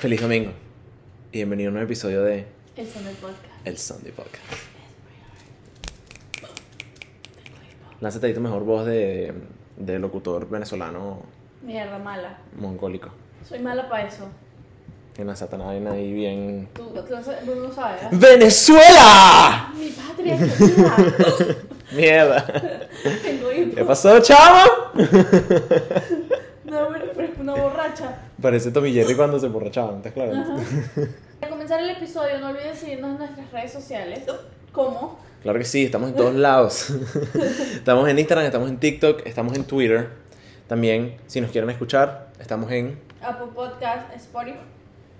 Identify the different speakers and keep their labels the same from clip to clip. Speaker 1: Feliz domingo y bienvenido a un nuevo episodio de
Speaker 2: El son del podcast.
Speaker 1: El Sunday Podcast.
Speaker 2: Tengo hipo.
Speaker 1: Lánzate ahí tu mejor voz de, de locutor venezolano
Speaker 2: Mierda, mala.
Speaker 1: mongólico.
Speaker 2: Soy mala para eso.
Speaker 1: En la satanás ahí bien.
Speaker 2: Tú, tú no sa- tú no sabes. ¿verdad?
Speaker 1: ¡Venezuela!
Speaker 2: Mi patria es mía.
Speaker 1: Mierda.
Speaker 2: Tengo
Speaker 1: ¿Qué
Speaker 2: hipo.
Speaker 1: pasó, chavo?
Speaker 2: No, pero, pero es una borracha.
Speaker 1: Parece Tommy Jerry cuando se borrachaban, ¿estás claro?
Speaker 2: Ajá. Para comenzar el episodio, no olvides seguirnos en nuestras redes sociales. ¿Cómo?
Speaker 1: Claro que sí, estamos en todos lados. estamos en Instagram, estamos en TikTok, estamos en Twitter. También, si nos quieren escuchar, estamos en
Speaker 2: Apple Podcast, Spotify.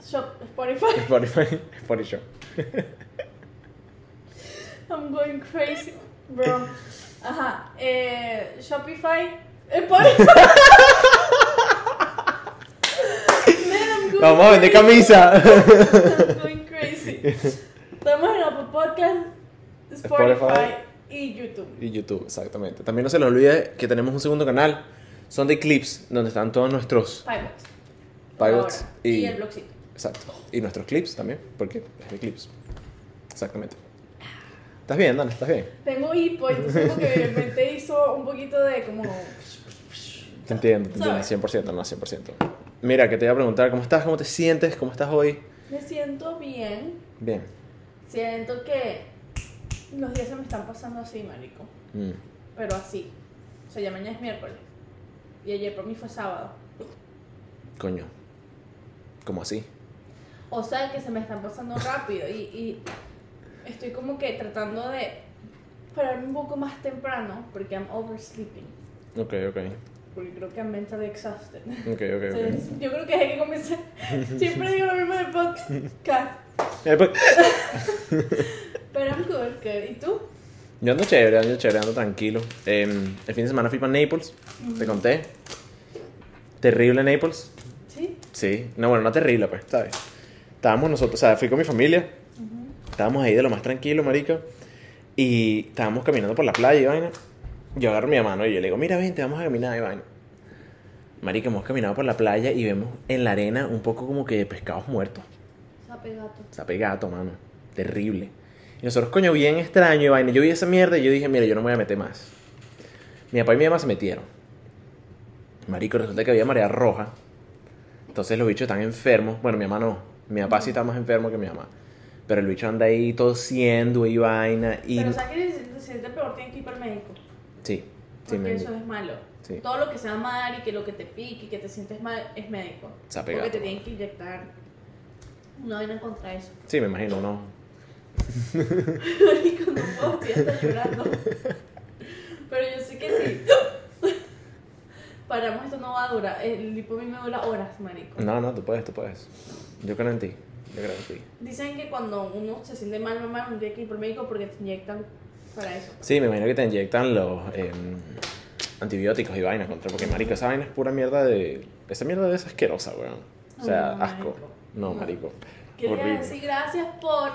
Speaker 2: Shop, Spotify.
Speaker 1: Spotify, Spotify Show.
Speaker 2: I'm going crazy, bro. Ajá. Eh, Shopify. Eh, Spotify. Man, I'm going
Speaker 1: Vamos a vender
Speaker 2: crazy.
Speaker 1: camisa.
Speaker 2: I'm going crazy. Estamos en Apple Podcast, Spotify,
Speaker 1: Spotify.
Speaker 2: y YouTube.
Speaker 1: Y YouTube, exactamente. También no se les olvide que tenemos un segundo canal, son de clips, donde están todos nuestros
Speaker 2: Pilots. por
Speaker 1: pilots
Speaker 2: ahora.
Speaker 1: y,
Speaker 2: el blogcito.
Speaker 1: exacto, y nuestros clips también, porque es de clips. Exactamente. ¿Estás bien, Dan? ¿Estás bien?
Speaker 2: Tengo hipo, entonces como que de repente hizo un poquito de como.
Speaker 1: Te entiendo, te entiendo,
Speaker 2: ¿Sabes?
Speaker 1: 100%, no, 100%. Mira, que te iba a preguntar, ¿cómo estás? ¿Cómo te sientes? ¿Cómo estás hoy?
Speaker 2: Me siento bien.
Speaker 1: Bien.
Speaker 2: Siento que los días se me están pasando así, marico.
Speaker 1: Mm.
Speaker 2: Pero así. O sea, ya mañana es miércoles. Y ayer para mí fue sábado.
Speaker 1: Coño. ¿Cómo así?
Speaker 2: O sea que se me están pasando rápido y, y estoy como que tratando de pararme un poco más temprano porque I'm oversleeping.
Speaker 1: Ok, ok.
Speaker 2: Porque creo que I'm mentally exhausted.
Speaker 1: Ok, ok, ok.
Speaker 2: Entonces, yo creo que hay que comenzar. Siempre digo lo mismo de podcast.
Speaker 1: Eh, pues,
Speaker 2: Pero I'm good, good. ¿Y tú?
Speaker 1: Yo ando chévere, ando chévere, ando tranquilo. Eh, el fin de semana fui para Naples, te conté. Terrible Naples.
Speaker 2: ¿Sí?
Speaker 1: Sí, no, bueno, no terrible, pues, ¿sabes? Estábamos nosotros, o sea, fui con mi familia, estábamos ahí de lo más tranquilo, marico, y estábamos caminando por la playa y vaina. Yo agarro mi mano y yo le digo, mira, vente, vamos a caminar y vaina. Marico, hemos caminado por la playa y vemos en la arena un poco como que pescados muertos.
Speaker 2: Sape gato.
Speaker 1: Zapegato, mano. Terrible. Y nosotros, coño, bien extraño y vaina. Yo vi esa mierda y yo dije, mira, yo no me voy a meter más. Mi papá y mi mamá se metieron. Marico, resulta que había marea roja. Entonces los bichos están enfermos. Bueno, mi mamá no. Mi papá sí está más enfermo que mi mamá. Pero el bicho anda ahí tosiendo y vaina. Y...
Speaker 2: Pero sabes que si te sientes peor, tienes que ir para el médico.
Speaker 1: Sí, sí,
Speaker 2: Porque
Speaker 1: me...
Speaker 2: eso es malo.
Speaker 1: Sí.
Speaker 2: Todo lo que sea mal y que lo que te pique y que te sientes mal es médico.
Speaker 1: Sape
Speaker 2: Porque
Speaker 1: gato,
Speaker 2: te tienen que inyectar una vaina contra eso.
Speaker 1: sí, me imagino, no.
Speaker 2: Marico, no puedo, estoy hasta llorando. Pero yo sé que sí. Paramos, esto no va a durar. El lipo a mí me dura horas, marico.
Speaker 1: No, no, tú puedes, tú puedes. Yo creo en ti. Yo creo en ti.
Speaker 2: Dicen que cuando uno se siente mal, mal, mal, uno tiene que ir por médico porque te inyectan para eso.
Speaker 1: Sí, me imagino que te inyectan los em, antibióticos y vainas contra. Porque, marico, esa vaina es pura mierda de. Esa mierda es asquerosa, weón. O sea,
Speaker 2: Ay, no,
Speaker 1: asco.
Speaker 2: marico.
Speaker 1: No,
Speaker 2: No.
Speaker 1: marico.
Speaker 2: Quería
Speaker 1: Horrible.
Speaker 2: decir gracias por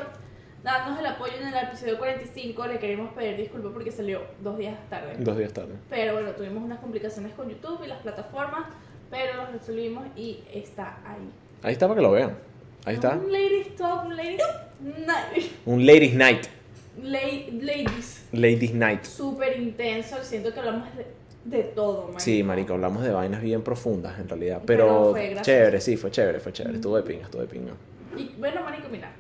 Speaker 2: darnos el apoyo en el episodio 45. Le queremos pedir disculpas porque salió dos días tarde.
Speaker 1: Dos días tarde.
Speaker 2: Pero bueno, tuvimos unas complicaciones con YouTube y las plataformas, pero los resolvimos y está ahí.
Speaker 1: Ahí está para que lo vean. Ahí está.
Speaker 2: Un ladies top, un ladies night.
Speaker 1: Un Ladies Night.
Speaker 2: Lay- Ladies,
Speaker 1: Ladies Night.
Speaker 2: súper intenso. Siento que hablamos de, de todo, marico.
Speaker 1: Sí, marico, hablamos de vainas bien profundas en realidad.
Speaker 2: Pero
Speaker 1: Pero,
Speaker 2: fue gracioso.
Speaker 1: chévere, sí, fue chévere, fue chévere. Estuvo de pinga, estuvo de pinga.
Speaker 2: Y bueno, marico, mira.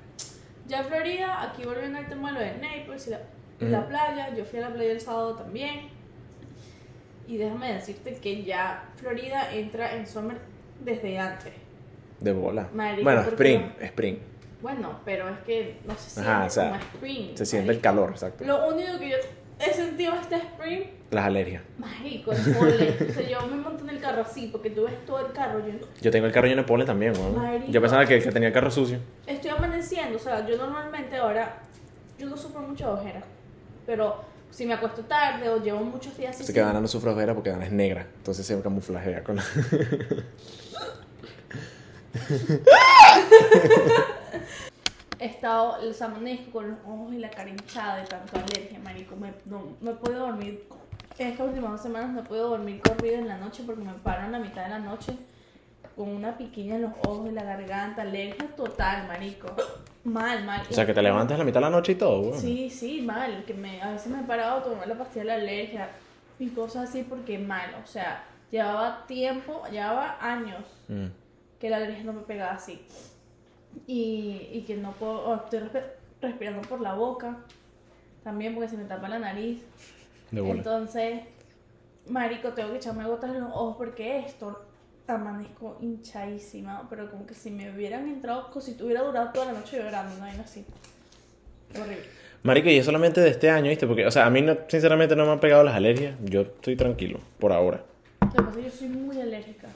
Speaker 2: Ya Florida, aquí volviendo al tema de lo de Naples y la, y la
Speaker 1: Ujú.
Speaker 2: playa. Yo fui a la playa el sábado también. Y déjame decirte que ya Florida entra en summer desde antes.
Speaker 1: De bola.
Speaker 2: Marico,
Speaker 1: bueno,
Speaker 2: ¿por
Speaker 1: Spring,
Speaker 2: qué
Speaker 1: Spring.
Speaker 2: Bueno, pero es que no se siente
Speaker 1: Ajá, o sea,
Speaker 2: como spring.
Speaker 1: Se siente el
Speaker 2: marico.
Speaker 1: calor, exacto.
Speaker 2: Lo único que yo he sentido este spring
Speaker 1: Las alergias.
Speaker 2: Marico, el polen. O sea, yo me monto en el carro así, porque tú ves todo el carro. Yo
Speaker 1: Yo tengo el carro lleno de polen también, weón. Yo
Speaker 2: Marico.
Speaker 1: pensaba que, que tenía el carro sucio.
Speaker 2: estoy amaneciendo, o sea, yo normalmente ahora, yo no sufro mucho de ojeras, pero si me acuesto tarde o llevo muchos días así.
Speaker 1: Se que Dana no sufre ojera porque Dana es negra, entonces se camuflajea con la...
Speaker 2: He estado, los amanezco con los ojos y la cara hinchada de tanta alergia, marico. Me, no, no puedo dormir. Estas últimas dos semanas no puedo dormir corrido en la noche porque me paran a la mitad de la noche con una piquiña en los ojos y la garganta, alergia total, marico. Mal, mal.
Speaker 1: O sea, que te levantas a la mitad de la noche y todo, weón.
Speaker 2: Sí, sí, mal. Que me, a veces me he parado a tomar la pastilla de la alergia y cosas así porque mal. O sea, llevaba tiempo, llevaba años
Speaker 1: Mm.
Speaker 2: que la alergia no me pegaba así. Y, y que no puedo, o estoy respi- respirando por la boca también porque se me tapa la nariz.
Speaker 1: De bola.
Speaker 2: Entonces, marico, tengo que echarme gotas en los ojos porque esto amanezco hinchadísima, pero como que si me hubieran entrado, como si hubiera durado toda la noche llorando, no hay así. Horrible.
Speaker 1: Marico, y es solamente de este año, ¿viste? Porque, o sea, a mí no, sinceramente no me han pegado las alergias. Yo estoy tranquilo, por ahora.
Speaker 2: Lo que pasa es que yo soy muy alérgica.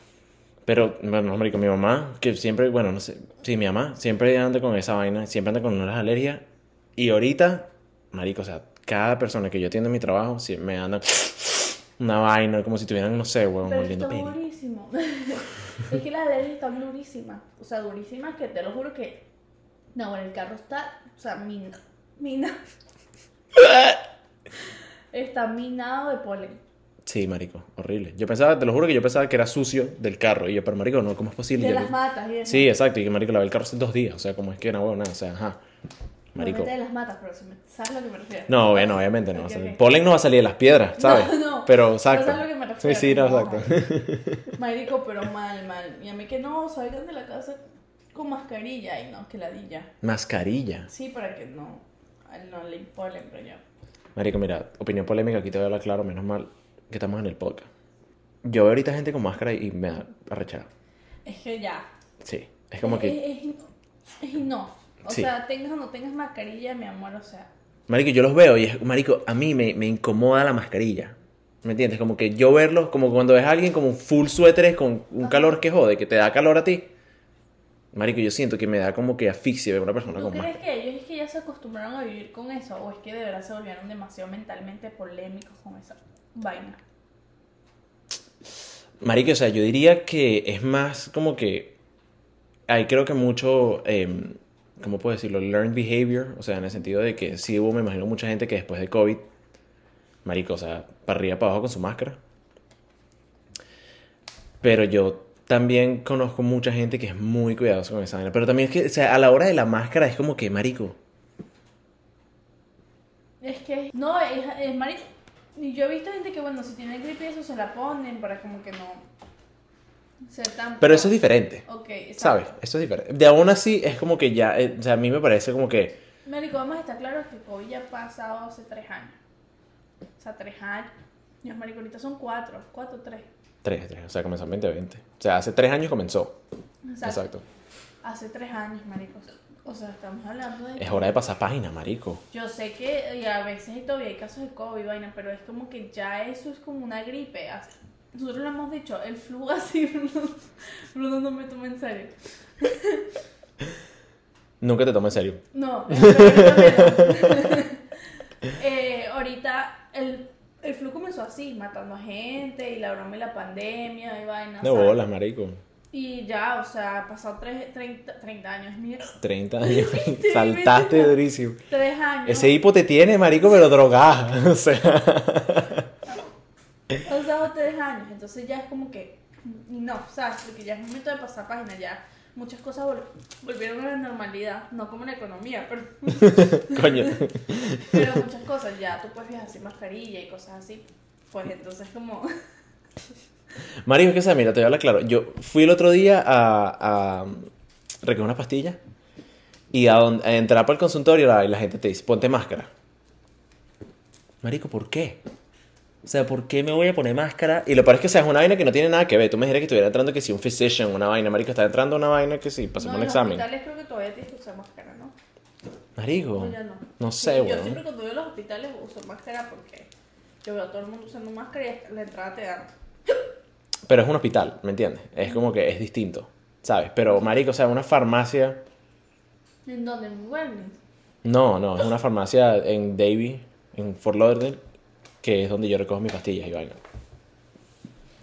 Speaker 1: Pero, bueno, no, marico, mi mamá, que siempre, bueno, no sé, sí, mi mamá siempre anda con esa vaina, siempre anda con unas alergias. Y ahorita, marico, o sea, cada persona que yo atiendo en mi trabajo, sí, me anda una vaina, como si tuvieran, no sé, huevón,
Speaker 2: Pero está
Speaker 1: oliendo pene.
Speaker 2: durísimo. es que la alergia está durísima. O sea, durísima que te lo juro que. No, bueno, el carro está. O sea, mina. Mina. está minado de polen.
Speaker 1: Sí, marico, horrible. Yo pensaba, te lo juro que yo pensaba que era sucio del carro. Y yo, pero marico, no, ¿cómo es posible?
Speaker 2: De
Speaker 1: Yo-
Speaker 2: las matas ¿eh? y de
Speaker 1: Sí, exacto, y que marico lavé el carro hace dos días, o sea, como es que no, huevón, nada, o sea, ajá. Marico.
Speaker 2: de las matas, pero si me- ¿sabes a lo que me refiero?
Speaker 1: No, bueno, obviamente no.
Speaker 2: Ok,
Speaker 1: o sea,
Speaker 2: ok.
Speaker 1: El polen no va a salir de las piedras, ¿sabes?
Speaker 2: no.
Speaker 1: Pero
Speaker 2: Pero ¿sabes
Speaker 1: exacto.
Speaker 2: a lo que me
Speaker 1: sí,
Speaker 2: refiero?
Speaker 1: sí, no,
Speaker 2: No.
Speaker 1: exacto.
Speaker 2: Marico, pero mal, mal. Y a mí que no, salgan de la casa con mascarilla. Y no, que ladilla.
Speaker 1: Mascarilla.
Speaker 2: Sí, para que no, no le imponen, pero ya.
Speaker 1: Marico, mira, opinión polémica, aquí te voy a hablar claro, menos mal que estamos en el podcast. Yo veo ahorita gente con máscara y me da arrechada.
Speaker 2: Es que ya.
Speaker 1: Sí, es como que...
Speaker 2: Eh, Es, es, es enough. O
Speaker 1: Sí.
Speaker 2: sea, tengas o no tengas mascarilla, mi amor, o sea.
Speaker 1: Marico, yo los veo y es, Marico, a mí me, me incomoda la mascarilla. ¿Me entiendes? Como que yo verlos, como cuando ves a alguien como full suéteres con un calor que jode, que te da calor a ti. Marico, yo siento que me da como que asfixia ver a una persona
Speaker 2: ¿Tú
Speaker 1: con
Speaker 2: crees
Speaker 1: máscara.
Speaker 2: que ellos es que ya se acostumbraron a vivir con eso? ¿O es que de verdad se volvieron demasiado mentalmente polémicos con esa vaina?
Speaker 1: Marico, o sea, yo diría que es más como que. Ahí creo que mucho. em, ¿Cómo puedo decirlo? Learned behavior. O sea, en el sentido de que sí hubo, me imagino, mucha gente que después de COVID. Marico, o sea, para arriba, para abajo con su máscara. Pero yo también conozco mucha gente que es muy cuidadosa con esa vaina. Pero también es que, o sea, a la hora de la máscara es como que, marico.
Speaker 2: Es que, no, es, es marico. Y yo he visto gente que, bueno, si tiene gripe, eso se la ponen para como que no ser tan.
Speaker 1: Pero eso es diferente.
Speaker 2: Ok, exacto.
Speaker 1: ¿Sabes? Eso es diferente. De aún así, es como que ya. eh, o sea, a mí me parece como que.
Speaker 2: Marico, vamos a estar claros que COVID ya ha pasado hace tres años. O sea, tres años. Dios, marico, ahorita son cuatro, cuatro, tres.
Speaker 1: Tres, tres. O sea, comenzó en 2020. O sea, hace tres años comenzó. Exacto.
Speaker 2: Hace tres años, marico. O sea, estamos hablando de...
Speaker 1: Es hora de pasar página, marico.
Speaker 2: Yo sé que y a veces todavía hay casos de COVID, vaina, pero es como que ya eso es como una gripe. Así- Nosotros lo hemos dicho, el flu así, Bruno, Bruno no me toma en serio.
Speaker 1: Nunca te tomes en serio.
Speaker 2: No, el flu ahorita me- Eh, ahorita el, el flu comenzó así, matando a gente y la broma y la pandemia y vaina.
Speaker 1: De
Speaker 2: ¿sabes?
Speaker 1: bolas, marico.
Speaker 2: Y ya, o sea, ha pasado tres, 30, 30 años, mira,
Speaker 1: 30 años. Saltaste durísimo.
Speaker 2: tres años.
Speaker 1: Ese hipo te tiene, marico, pero drogada. O sea,
Speaker 2: Han pasado tres años, entonces ya es como que no, ¿sabes? Porque ya es momento de pasar página, ya muchas cosas vol- volvieron a la normalidad, no como en la economía, pero,
Speaker 1: coño.
Speaker 2: pero muchas cosas, ya tú puedes viajar sin mascarilla y cosas así. Pues entonces como,
Speaker 1: Marico, es que sea, mira, te voy a hablar claro. Yo fui el otro día a, a recoger unas pastillas y a, don- a entrar para el consultorio la, y la gente te dice, ponte máscara. Marico, ¿por qué? O sea, ¿por qué me voy a poner máscara? Y lo peor es que, o sea, es una vaina que no tiene nada que ver. Tú me dirías que estuviera entrando que si un physician, una vaina, marico, está entrando una vaina que si pasamos
Speaker 2: no,
Speaker 1: un
Speaker 2: en los
Speaker 1: examen.
Speaker 2: hospitales creo que todavía tienes que usar máscara, ¿no?
Speaker 1: Marico,
Speaker 2: No, ya no.
Speaker 1: Oh, no sé,
Speaker 2: Yo
Speaker 1: weón.
Speaker 2: siempre cuando voy a los hospitales uso máscara porque yo veo a todo el mundo usando máscara y hasta la entrada te dan.
Speaker 1: Pero es un hospital, ¿me entiendes? Es como que es distinto, ¿sabes? Pero, marico, o sea, una farmacia...
Speaker 2: ¿En dónde? ¿En Wellness?
Speaker 1: No, no, es una farmacia en Davie, en Fort Lauderdale, que es donde yo recojo mis pastillas y vaina.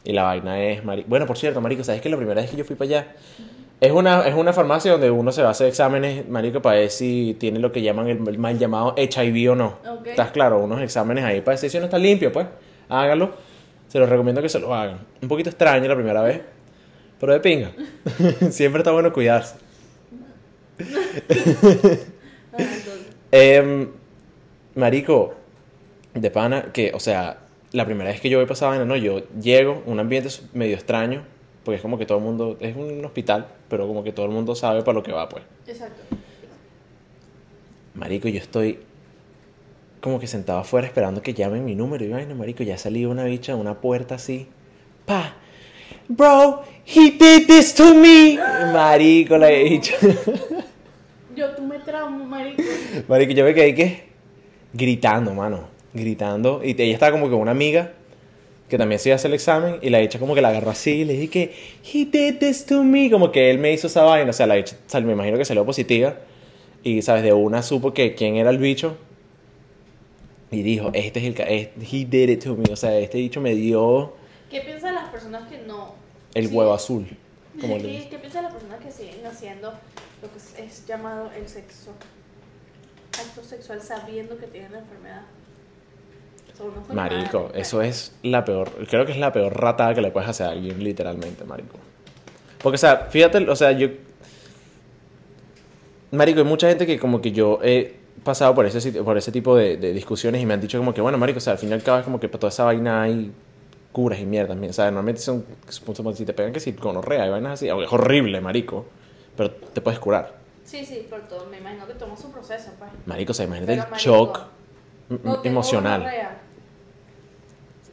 Speaker 1: Y la vaina es, mari- bueno, por cierto, marico, ¿sabes que la primera vez que yo fui para allá? Es una, es una farmacia donde uno se va a hacer exámenes, marico, para ver si tiene lo que llaman el, el mal llamado HIV o no.
Speaker 2: Ok.
Speaker 1: ¿Estás claro? Unos exámenes ahí para decir si uno está limpio, pues, hágalo. Se los recomiendo que se lo hagan. Un poquito extraño la primera vez, pero Pero de pinga. Siempre está bueno cuidarse.
Speaker 2: Ah,
Speaker 1: Em, marico, de pana, que, o sea, la primera vez que yo voy pasaba no, yo llego, un ambiente es medio extraño, porque es como que todo el mundo, es un hospital, pero como que todo el mundo sabe para lo que va, pues.
Speaker 3: Exacto.
Speaker 1: Marico, yo estoy como que sentado afuera esperando que llamen mi número. Y vaina, marico, ya salió una bicha de una puerta así. ¡Pa! Bro, he did this to me. Marico, la he dicho.
Speaker 3: Yo, tú me traumas, marico.
Speaker 1: Marico, yo me quedé que gritando, mano. Gritando. Y ella estaba como que con una amiga que también se iba a hacer el examen. Y la hecha como que la agarró así y le dije que he did this to me. Como que él me hizo esa vaina. O sea, la hecha, me imagino que salió positiva. Y sabes, de una supo que quién era el bicho. Y dijo, este es el ca- es- he did it to me. O sea, este bicho me dio
Speaker 2: ¿Qué piensan las personas que no?
Speaker 1: el
Speaker 2: sí-
Speaker 1: huevo azul. Como le
Speaker 2: ¿Qué, ¿Qué piensan las personas que siguen haciendo lo que es, es llamado el sexo? Acto sexual sabiendo que tienen la enfermedad. O sea, una enfermedad
Speaker 1: Marico,
Speaker 2: mental.
Speaker 1: eso es la peor, creo que es la peor ratada que le puedes hacer a alguien, literalmente, marico. Porque, o sea, fíjate, o sea, yo... Marico, hay mucha gente que como que yo he pasado por ese, sitio- por ese tipo de, de discusiones y me han dicho como que, bueno, marico, o sea, al final cada vez como que para toda esa vaina hay curas y mierdas, o sea, normalmente son, supongo, si te pegan que si gonorrea y vainas así, es horrible, marico, pero te puedes curar.
Speaker 2: Sí, sí, por todo. Me imagino que tomó su proceso, pues.
Speaker 1: Marico, o sea, imagínate
Speaker 2: Pero,
Speaker 1: el
Speaker 2: marico,
Speaker 1: shock m-
Speaker 2: No tengo
Speaker 1: emocional.
Speaker 2: gonorrea.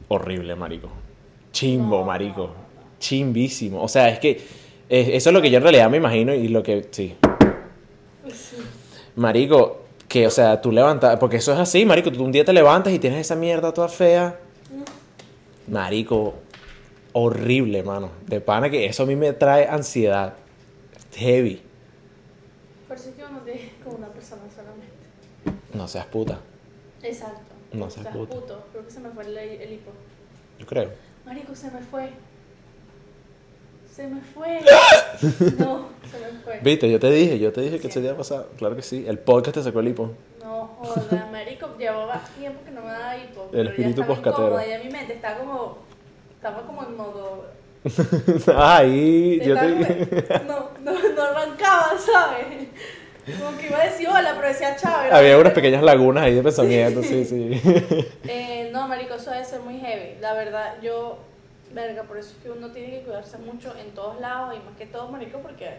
Speaker 1: horrible, marico. Chimbo,
Speaker 2: No,
Speaker 1: marico.
Speaker 2: no, no.
Speaker 1: Chimbísimo. O sea, es que es- eso es lo que yo en realidad me imagino y lo que sí. Marico, que o sea, tú levantas, porque eso es así, marico, tú un día te levantas y tienes esa mierda toda fea.
Speaker 2: Mm.
Speaker 1: Marico, horrible, mano. De pana que eso a mí me trae ansiedad. Heavy.
Speaker 2: Por eso es que uno tiene con una persona solamente.
Speaker 1: No seas puta,
Speaker 2: Exacto.
Speaker 1: No
Speaker 2: O
Speaker 1: seas
Speaker 2: sea,
Speaker 1: puto.
Speaker 2: puto. Creo que se me fue el, el hipo.
Speaker 1: yo creo.
Speaker 2: Marico, se me fue. Se me fue. No, se me fue.
Speaker 1: Viste, yo te dije, yo te dije que
Speaker 2: Sí.
Speaker 1: ese día pasado. Claro que sí. El podcast te sacó el hipo.
Speaker 2: No, joda, marico, llevaba tiempo que no me daba hipo.
Speaker 1: El espíritu poscatero.
Speaker 2: Y en mi mente estaba como, estaba como en modo...
Speaker 1: Ay, yo
Speaker 2: estaba
Speaker 1: te
Speaker 2: como- No, no, no arrancaba, ¿sabes? Como que iba a decir hola, pero decía Chávez.
Speaker 1: Había unas pequeñas lagunas ahí de pensamiento, sí, sí.
Speaker 2: Eh, no, marico, eso debe ser muy heavy. La verdad, yo, verga, por eso es que uno tiene que cuidarse mucho en todos lados y más que todo, marico, porque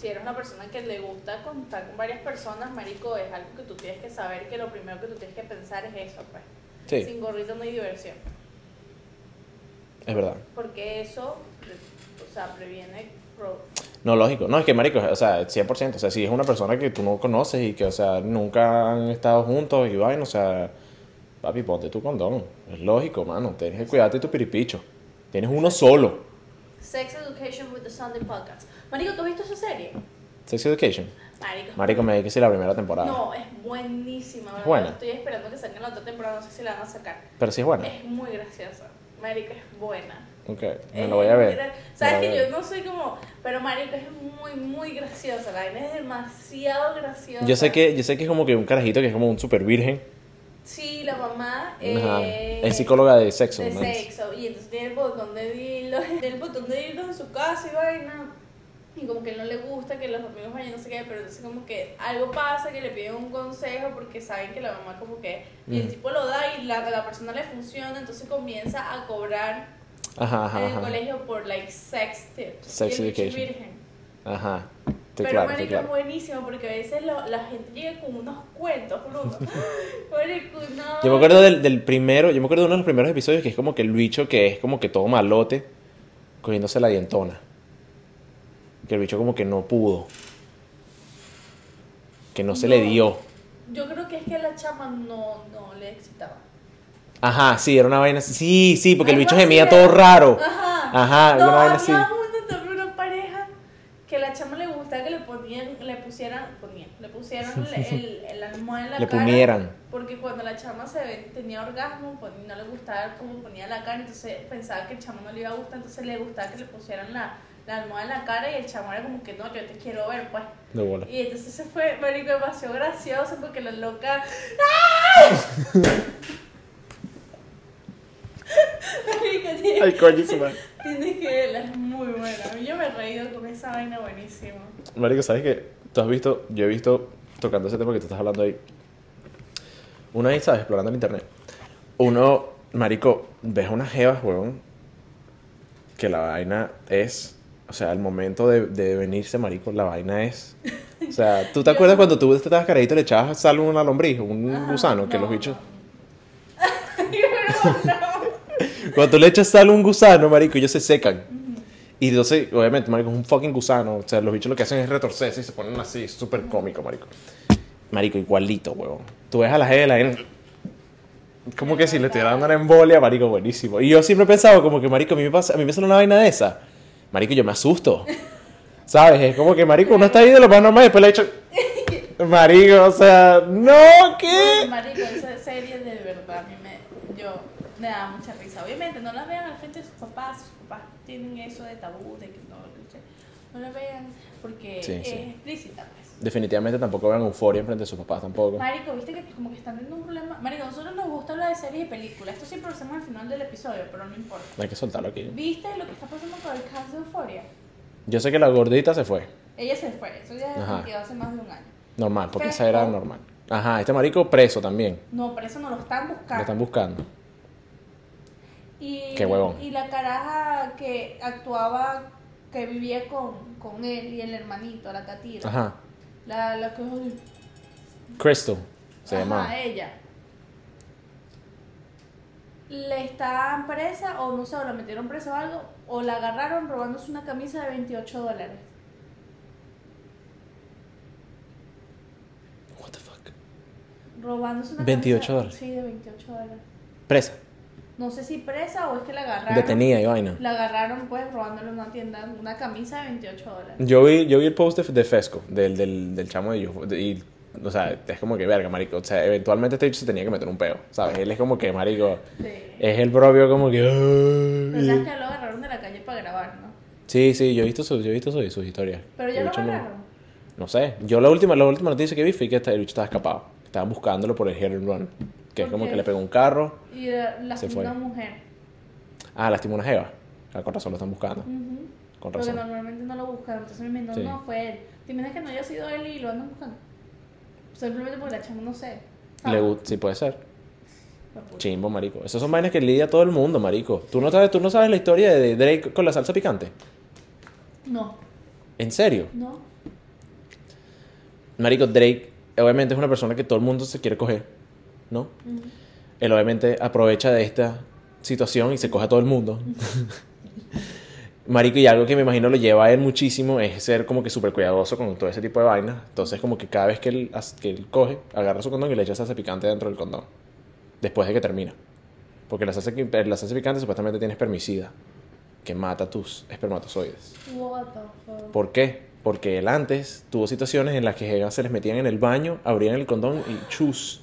Speaker 2: si eres una persona que le gusta contar con varias personas, marico, es algo que tú tienes que saber que lo primero que tú tienes que pensar es eso, pues.
Speaker 1: Sí,
Speaker 2: Sin gorrito no hay diversión.
Speaker 1: es verdad.
Speaker 2: Porque eso, pre- o sea, previene. pro-
Speaker 1: No, lógico. No, es que, marico, o sea, 100%. O sea, si es una persona que tú no conoces y que, o sea, nunca han estado juntos y vaina, o sea, papi, ponte tu condón. Es lógico, mano. Tienes que cuidarte tu piripicho. Tienes uno solo.
Speaker 2: Sex Education with the Sunday Podcast. Marico, ¿tú has visto esa serie?
Speaker 1: Sex Education.
Speaker 2: Marico. es
Speaker 1: Marico, me dije que sí la primera temporada.
Speaker 2: No, es buenísima. ¿verdad?
Speaker 1: buena.
Speaker 2: Estoy esperando que saquen la otra temporada, no sé si la van a sacar.
Speaker 1: Pero sí es buena.
Speaker 2: Es muy graciosa. Marico, es buena.
Speaker 1: Ok, me
Speaker 2: Es
Speaker 1: lo voy a
Speaker 2: muy
Speaker 1: ver.
Speaker 2: gra-
Speaker 1: Me
Speaker 2: Sabes
Speaker 1: lo voy a
Speaker 2: que
Speaker 1: ver.
Speaker 2: yo no soy como. Pero Marico es muy, muy graciosa. La vaina es demasiado graciosa.
Speaker 1: Yo sé que, yo sé que es como que un carajito que es como un super virgen.
Speaker 2: Sí, la mamá.
Speaker 1: Ajá.
Speaker 2: eh,
Speaker 1: Es psicóloga de sexo,
Speaker 2: de
Speaker 1: ¿no?
Speaker 2: sexo y entonces tiene el botón de dildos tiene el botón de dildos en su casa y vaina y como que no le gusta que los amigos vayan no sé qué pero entonces como que algo pasa que le piden un consejo porque saben que la mamá como que y el
Speaker 1: Mm.
Speaker 2: tipo lo da y la, a la persona le funciona entonces comienza a cobrar
Speaker 1: Ajá,
Speaker 2: en
Speaker 1: ajá,
Speaker 2: el
Speaker 1: ajá.
Speaker 2: colegio por like sex tips
Speaker 1: Sex
Speaker 2: y el bicho es
Speaker 1: education.
Speaker 2: virgen
Speaker 1: Ajá. Sí,
Speaker 2: pero
Speaker 1: claro, sí,
Speaker 2: marico
Speaker 1: claro.
Speaker 2: es buenísimo porque a veces lo- la gente llega con unos cuentos Bruno marico no
Speaker 1: Yo me acuerdo del, del primero, yo me acuerdo de uno de los primeros episodios que es como que el bicho que es como que todo malote, cogiéndose la dientona. Que el bicho como que no pudo. Que no se le
Speaker 2: No.
Speaker 1: dio.
Speaker 2: yo creo que es que a la chama no no le excitaba
Speaker 1: Ajá, sí, era una vaina así. Sí, sí, porque el
Speaker 2: Algo
Speaker 1: bicho
Speaker 2: así
Speaker 1: gemía
Speaker 2: era.
Speaker 1: todo raro.
Speaker 2: Ajá.
Speaker 1: Oh. Ajá,
Speaker 2: no,
Speaker 1: una vaina
Speaker 2: había
Speaker 1: así.
Speaker 2: uno también, una pareja que la chama le gustaba que le ponían, le pusieran, ponían, le pusieran el, el, el almohada en la
Speaker 1: Le
Speaker 2: cara.
Speaker 1: pumieran.
Speaker 2: Porque cuando la chama se ve- tenía orgasmo, pues, no le gustaba cómo ponía la cara, entonces pensaba que el chamo no le iba a gustar, entonces le gustaba que le pusieran la, la almohada en la cara y el chamo era como que no, yo te quiero ver, pues.
Speaker 1: De bola.
Speaker 2: Y entonces se fue, marico, demasiado gracioso porque la loca... ¡Ah! marico, tiene-
Speaker 1: Ay, coño, su madre.
Speaker 2: Tienes que verla, es muy buena. Yo me he reído con esa vaina buenísima.
Speaker 1: Marico, ¿sabes qué? Tú has visto, yo he visto, tocando ese tema que tú estás hablando ahí, una vez, ¿sabes? Explorando el internet. Uno, marico, ves unas jevas, weón, que la vaina es, o sea, el momento de, de venirse, marico, la vaina es... O sea, ¿tú te
Speaker 2: Yo-
Speaker 1: acuerdas cuando tú estabas carajito y le echabas sal a una lombriz, un
Speaker 2: Ajá,
Speaker 1: gusano, que
Speaker 2: no,
Speaker 1: los bichos...
Speaker 2: No, no.
Speaker 1: Cuando tú le echas sal a un gusano, marico, ellos se secan. Y entonces, obviamente, marico, es un fucking gusano. O sea, los bichos lo que hacen es retorcerse y se ponen así, súper cómico, marico. Marico, igualito, huevón. Tú ves a la gente, la gente... Como que si le estuviera dando una embolia, marico, buenísimo. Y yo siempre he pensado como que, marico, a mí me pasa, a mí me sale una vaina de esa. Marico, yo me asusto. ¿Sabes? Es como que, marico, uno está ahí de lo más normal y después le echa... Marico, o sea, no, ¿qué?
Speaker 2: Marico, esa serie de verdad a mí me, yo, me da mucha risa. Obviamente no la vean al frente de sus papás, sus papás tienen eso de tabú, de que no, no la vean porque
Speaker 1: Sí,
Speaker 2: es
Speaker 1: sí.
Speaker 2: explícita. Pues.
Speaker 1: Definitivamente tampoco vean euforia en frente de sus papás tampoco.
Speaker 2: Marico, viste que como que están teniendo un problema. Marico, a nosotros nos gusta hablar de series y películas. Esto siempre lo hacemos al final del episodio, pero no importa.
Speaker 1: Hay que soltarlo aquí.
Speaker 2: ¿Viste lo que está pasando con el caso de Euforia?
Speaker 1: Yo sé que la gordita se fue.
Speaker 2: Ella se fue, eso ya
Speaker 1: Ajá.
Speaker 2: quedó hace más de un año.
Speaker 1: Normal, porque
Speaker 2: Fresco.
Speaker 1: esa era normal. Ajá, este marico preso también.
Speaker 2: No, pero eso no lo están buscando.
Speaker 1: Lo están buscando.
Speaker 2: Y,
Speaker 1: Qué huevón.
Speaker 2: y la caraja que actuaba, que vivía con, con él y el hermanito, la catira.
Speaker 1: Ajá.
Speaker 2: La, la que
Speaker 1: Crystal se
Speaker 2: Ajá, eh.
Speaker 1: llamaba.
Speaker 2: ella. Le está presa, o no sé, o la metieron presa o algo, o la agarraron robándose una camisa de 28 dólares.
Speaker 1: What the fuck.
Speaker 2: Robándose una
Speaker 1: 28
Speaker 2: camisa-
Speaker 1: dólares.
Speaker 2: Sí, de 28 dólares.
Speaker 1: Presa.
Speaker 2: No sé si presa o es que la agarraron.
Speaker 1: Detenida y vaina.
Speaker 2: La agarraron pues robándole en una tienda una camisa de 28 dólares.
Speaker 1: Yo vi, yo vi el post de, de Fesco, del, del, del chamo de yo. de- y, o sea, es como que verga, marico. O sea, eventualmente este bicho se tenía que meter un peo. ¿Sabes? Él es como que, marico.
Speaker 2: Sí.
Speaker 1: Es el propio como que.
Speaker 2: Pero sabes que lo agarraron de la calle para grabar, ¿no?
Speaker 1: Sí, sí, yo he visto sus, yo he visto sus, sus historias.
Speaker 2: Pero ya
Speaker 1: El
Speaker 2: lo
Speaker 1: bicho no-
Speaker 2: agarraron.
Speaker 1: No sé. Yo la última, la última noticia que vi fue que este- el bicho estaba escapado. Estaban buscándolo por el Hell and Run. Que es
Speaker 2: ¿Por
Speaker 1: como
Speaker 2: qué?
Speaker 1: que le pegó un carro.
Speaker 2: Y la, la
Speaker 1: Se
Speaker 2: segunda
Speaker 1: fue.
Speaker 2: mujer.
Speaker 1: Ah, lastimó una jeva. Ah, con razón lo están buscando.
Speaker 2: Ujú.
Speaker 1: Con
Speaker 2: Porque
Speaker 1: razón.
Speaker 2: normalmente no lo buscan. Entonces me imagino,
Speaker 1: Sí.
Speaker 2: no, fue él. ¿Te imaginas que no haya sido él y lo andan buscando? Simplemente porque la chama no sé.
Speaker 1: Le gu- sí, puede ser.
Speaker 2: La puta.
Speaker 1: Chimbo, marico. Esas son vainas que lidia todo el mundo, marico. ¿Tú no sabes, tú no sabes la historia de Drake con la salsa picante?
Speaker 2: No,
Speaker 1: ¿En serio?
Speaker 2: no.
Speaker 1: Marico, Drake obviamente es una persona que todo el mundo se quiere coger, ¿no?
Speaker 2: Ujú.
Speaker 1: Él obviamente aprovecha de esta situación y se coge a todo el mundo. Marico, y algo que me imagino lo lleva a él muchísimo es ser como que súper cuidadoso con todo ese tipo de vainas. Entonces, como que cada vez que él, as- que él coge, agarra su condón y le echa salsa picante dentro del condón. Después de que termina. Porque la salsa, qui- la salsa picante supuestamente tiene espermicida, que mata tus espermatozoides.
Speaker 2: What the fuck.
Speaker 1: ¿Por qué? Porque él antes tuvo situaciones en las que jegas se les metían en el baño, abrían el condón y chus.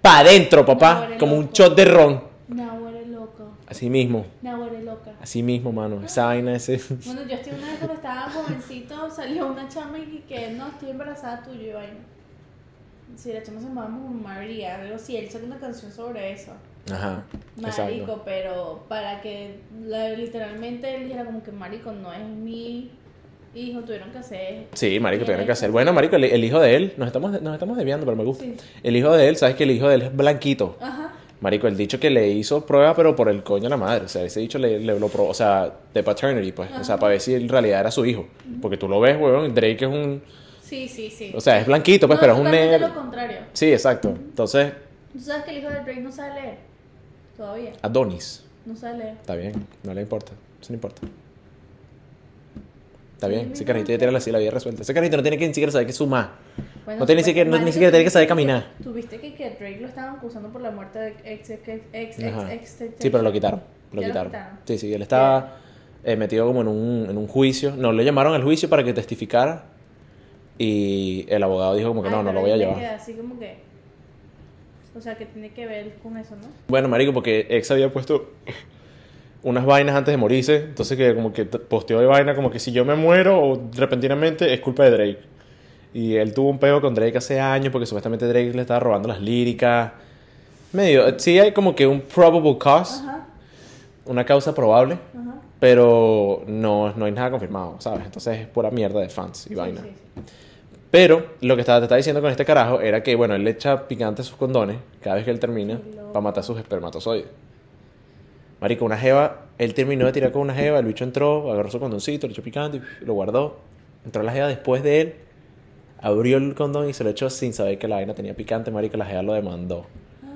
Speaker 1: ¡Pa' adentro,
Speaker 2: No,
Speaker 1: papá!
Speaker 2: eres
Speaker 1: como un
Speaker 2: loco.
Speaker 1: shot de ron.
Speaker 2: Nah, eres loco.
Speaker 1: Así mismo.
Speaker 2: Nah, eres loca.
Speaker 1: Así mismo, mano. Esa vaina, ese.
Speaker 2: Bueno, yo estoy una vez cuando estaba jovencito, salió una chama y que no, estoy embarazada tuya y vaina. Sí, la chama se llamaba María, algo así, él sacó una canción sobre eso.
Speaker 1: Ajá.
Speaker 2: Marico, pero para que la- literalmente él dijera como que Marico no es mi hijo, tuvieron que hacer...
Speaker 1: Sí, marico, tuvieron que hacer. Bueno, marico, el, el hijo de él, nos estamos, nos estamos desviando, pero me gusta.
Speaker 2: Sí.
Speaker 1: El hijo de él, sabes que el hijo de él es blanquito.
Speaker 2: Ajá.
Speaker 1: Marico, el dicho que le hizo prueba, pero por el coño a la madre. O sea, ese dicho le, le lo probó, o sea, de paternity, pues. O sea,
Speaker 2: Ajá.
Speaker 1: para ver si en realidad era su hijo. Porque tú lo ves, huevón, Drake es un.
Speaker 2: Sí, sí, sí.
Speaker 1: O sea, es blanquito, pues,
Speaker 2: No,
Speaker 1: pero es un
Speaker 2: totalmente
Speaker 1: negro.
Speaker 2: lo contrario.
Speaker 1: Sí, exacto. Entonces,
Speaker 2: Tú sabes que el hijo de Drake no sabe leer. Todavía.
Speaker 1: Adonis.
Speaker 2: No sabe leer.
Speaker 1: Está bien, no le importa. Eso no importa. Está
Speaker 2: Sí,
Speaker 1: bien,
Speaker 2: me
Speaker 1: ese carajito ya
Speaker 2: encanta.
Speaker 1: tiene la, la vida resuelta. Ese carajito no tiene que ni siquiera saber qué sumar.
Speaker 2: Bueno,
Speaker 1: No tiene ni
Speaker 2: pues,
Speaker 1: siquiera- no- ni
Speaker 2: marico,
Speaker 1: siquiera tiene que saber
Speaker 2: tuviste
Speaker 1: caminar.
Speaker 2: Tuviste que, que Drake lo estaban acusando por la muerte de ex ex ex ex,
Speaker 1: Ajá.
Speaker 2: ex, ex-
Speaker 1: Sí, pero lo quitaron. Lo
Speaker 2: Ya lo
Speaker 1: quitaron.
Speaker 2: quitaron.
Speaker 1: Sí, sí, él estaba eh, metido como en un, en un juicio. No, le llamaron al juicio para que testificara. Y el abogado dijo como que
Speaker 2: Ay,
Speaker 1: no, no
Speaker 2: pero
Speaker 1: lo voy a
Speaker 2: ahí me
Speaker 1: llevar.
Speaker 2: queda Así como que. O sea, que tiene que ver con eso, ¿no?
Speaker 1: Bueno, marico, porque ex había puesto unas vainas antes de morirse, entonces que como que t- posteó de vaina como que si yo me muero o repentinamente es culpa de Drake. Y él tuvo un peo con Drake hace años porque supuestamente Drake le estaba robando las líricas. eh, Medio, sí hay como que un probable cause,
Speaker 2: Ajá,
Speaker 1: una causa probable,
Speaker 2: ajá.
Speaker 1: Pero no, no hay nada confirmado, ¿sabes? Entonces es pura mierda de fans y
Speaker 2: Sí,
Speaker 1: vaina.
Speaker 2: sí, sí.
Speaker 1: Pero lo que estaba, te estaba diciendo con este carajo era que, bueno, él le echa picante a sus condones cada vez que él termina
Speaker 2: Qué loco.
Speaker 1: para matar sus espermatozoides. Marico, una jeva, él terminó de tirar con una jeva, el bicho entró, agarró su condoncito, le echó picante, y lo guardó. Entró la jeva después de él, abrió el condón y se lo echó sin saber que la vaina tenía picante, marico, la jeva lo demandó.
Speaker 2: Ah,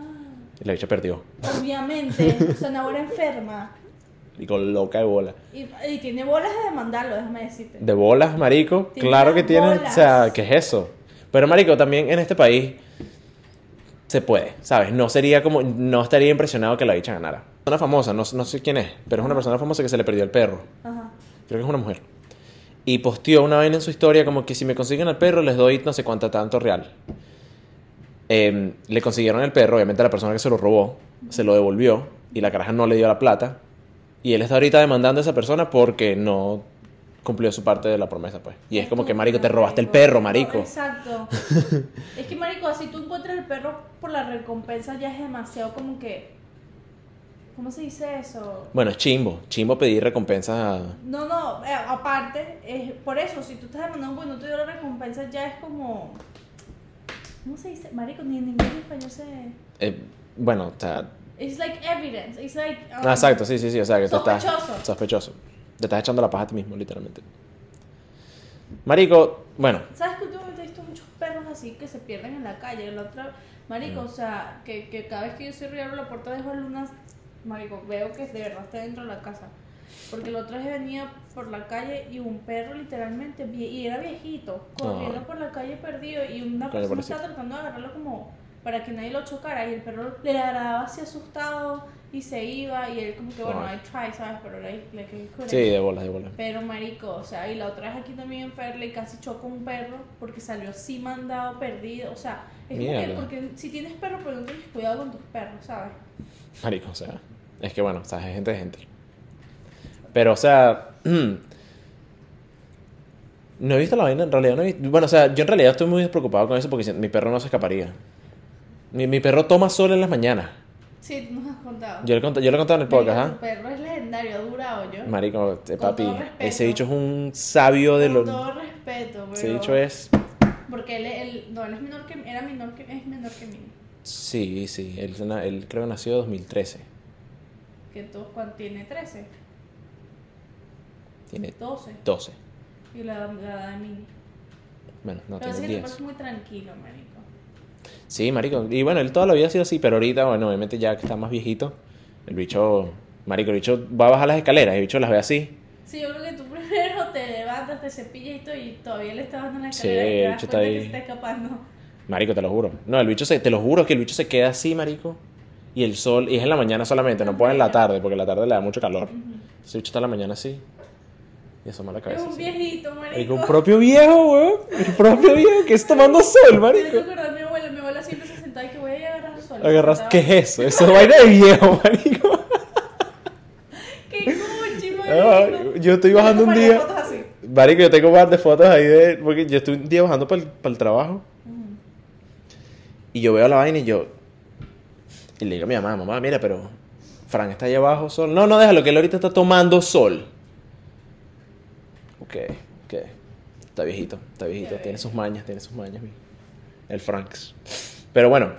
Speaker 1: Y la bicha perdió.
Speaker 2: Obviamente, Zanahora enferma.
Speaker 1: Digo, loca de bola.
Speaker 2: Y, y tiene bolas de demandarlo, déjame decirte.
Speaker 1: De bolas, marico.
Speaker 2: Tiene
Speaker 1: claro que
Speaker 2: las
Speaker 1: tienen. O
Speaker 2: bolas.
Speaker 1: sea, ¿qué es eso? Pero, marico, también en este país se puede, ¿sabes? No sería como. No estaría impresionado que la bicha ganara. Una persona famosa, no, no sé quién es, pero es una persona famosa que se le perdió el perro.
Speaker 2: Ajá.
Speaker 1: Creo que es una mujer. Y posteó una vaina en su historia como que si me consiguen al perro les doy no sé cuánto tanto real. Em, le consiguieron el perro, obviamente la persona que se lo robó se lo devolvió y la caraja no le dio la plata. Y él está ahorita demandando a esa persona porque no cumplió su parte de la promesa, pues. Y es como que, marico, te robaste el perro, marico.
Speaker 2: Exacto. es que, marico, si tú encuentras el perro por la recompensa ya es demasiado como que... ¿Cómo se dice eso?
Speaker 1: Bueno, es chimbo. Chimbo pedir recompensa a-
Speaker 2: No, no, eh, aparte, es por eso, si tú estás demandando porque no te dio la recompensa, ya es como... ¿Cómo se dice? Marico, ni en inglés ni en español se...
Speaker 1: eh, bueno, o sea...
Speaker 2: It's like evidence, it's like... um,
Speaker 1: ah, exacto, sí, sí, sí. O sea, que te estás...
Speaker 2: Sospechoso.
Speaker 1: Sospechoso. Te estás echando la paja a ti mismo, literalmente. Marico, bueno,
Speaker 2: ¿Sabes que últimamente he visto muchos perros así que se pierden en la calle? La otra, marico,
Speaker 1: Mm.
Speaker 2: o sea, que, que cada vez que yo cierro y abro la puerta dejo lunas, marico, veo que de verdad está dentro de la casa. Porque la otra vez venía por la calle y un perro literalmente, vie- y era viejito, corriendo
Speaker 1: Ay.
Speaker 2: por la calle perdido y una
Speaker 1: Claro,
Speaker 2: persona
Speaker 1: pobrecito.
Speaker 2: estaba tratando de agarrarlo como para que nadie lo chocara y el perro le ladraba así asustado y se iba y él como que, bueno,
Speaker 1: Ay.
Speaker 2: I try, ¿sabes? Pero le, le que
Speaker 1: sí, de bolas, de bolas.
Speaker 2: pero marico, o sea, y la otra vez aquí también en Fairley casi chocó un perro porque salió así mandado, perdido, o sea, es como que
Speaker 1: Mierda.
Speaker 2: porque si tienes perro, pero no tienes cuidado con tus perros, ¿sabes?
Speaker 1: Marico, o sea, es que bueno, o sea, es gente de gente. Pero, o sea, no he visto la vaina, en realidad no he visto. Bueno, o sea, yo en realidad estoy muy despreocupado con eso porque si- mi perro no se escaparía. Mi, mi perro toma sol en las mañanas.
Speaker 2: Sí, tú nos has contado.
Speaker 1: Yo le, cont- yo le he contado en el
Speaker 2: Marico,
Speaker 1: podcast,
Speaker 2: Tu
Speaker 1: ¿ah?
Speaker 2: perro es legendario, ha durado yo.
Speaker 1: Marico, eh,
Speaker 2: Con
Speaker 1: papi,
Speaker 2: todo respeto.
Speaker 1: ese bicho es un sabio de
Speaker 2: Con
Speaker 1: lo.
Speaker 2: todo respeto, pero...
Speaker 1: Ese bicho es.
Speaker 2: Porque él, él- no, él es menor que, era menor que, es menor que mí.
Speaker 1: Sí, sí, él, na- él creo que nació en 2013.
Speaker 2: Que tú, cuando tiene 13,
Speaker 1: Tiene
Speaker 2: 12,
Speaker 1: 12.
Speaker 2: y la, la edad de mini.
Speaker 1: Bueno, no,
Speaker 2: pero sí
Speaker 1: tiene
Speaker 2: que tu perro
Speaker 1: 10.
Speaker 2: es muy tranquilo, marico.
Speaker 1: Sí, marico. Y bueno, él toda la vida ha sido así, pero ahorita, bueno, obviamente ya que está más viejito, el bicho, marico, el bicho va a bajar las escaleras, el bicho las ve así.
Speaker 2: Sí, yo creo que tú primero te levantas, te cepillas y todo, y todavía le estás dando la
Speaker 1: Sí,
Speaker 2: escalera y te das
Speaker 1: hecho, está
Speaker 2: cuenta que
Speaker 1: ahí.
Speaker 2: se está escapando.
Speaker 1: Marico, te lo juro. No, el bicho se, te lo juro que el bicho se queda así, marico. Y el sol, y es en la mañana solamente, no puede en la tarde, porque en la tarde le da mucho calor. Ese bicho está en la mañana así. Y asoma la
Speaker 2: Es
Speaker 1: cabeza.
Speaker 2: un
Speaker 1: así.
Speaker 2: viejito,
Speaker 1: Marico,
Speaker 2: marico.
Speaker 1: un propio viejo, weón. El propio viejo que está tomando sol,
Speaker 2: Yo
Speaker 1: marico.
Speaker 2: te acuerdas de mi abuela, mi abuela siempre se sentaba y que voy a ir a agarrar sol.
Speaker 1: Agarras, ¿qué
Speaker 2: que
Speaker 1: es eso? Eso es vaina de viejo, marico.
Speaker 2: ¡Qué cuchi, marico!
Speaker 1: Ay, yo estoy bajando un
Speaker 2: Tomaría
Speaker 1: día.
Speaker 2: fotos así.
Speaker 1: Marico, yo tengo un par de fotos ahí de... Porque yo estoy un día bajando para el, trabajo
Speaker 2: Ujú.
Speaker 1: y yo veo la vaina y yo... Y le digo a mi mamá, mamá, mira, pero... Fran está allá abajo, sol. No, no, déjalo, que él ahorita está tomando sol. Ok, ok. Está viejito, está viejito.
Speaker 2: Qué
Speaker 1: Tiene
Speaker 2: bello.
Speaker 1: sus mañas, tiene sus mañas. mi- El Franks. Pero bueno.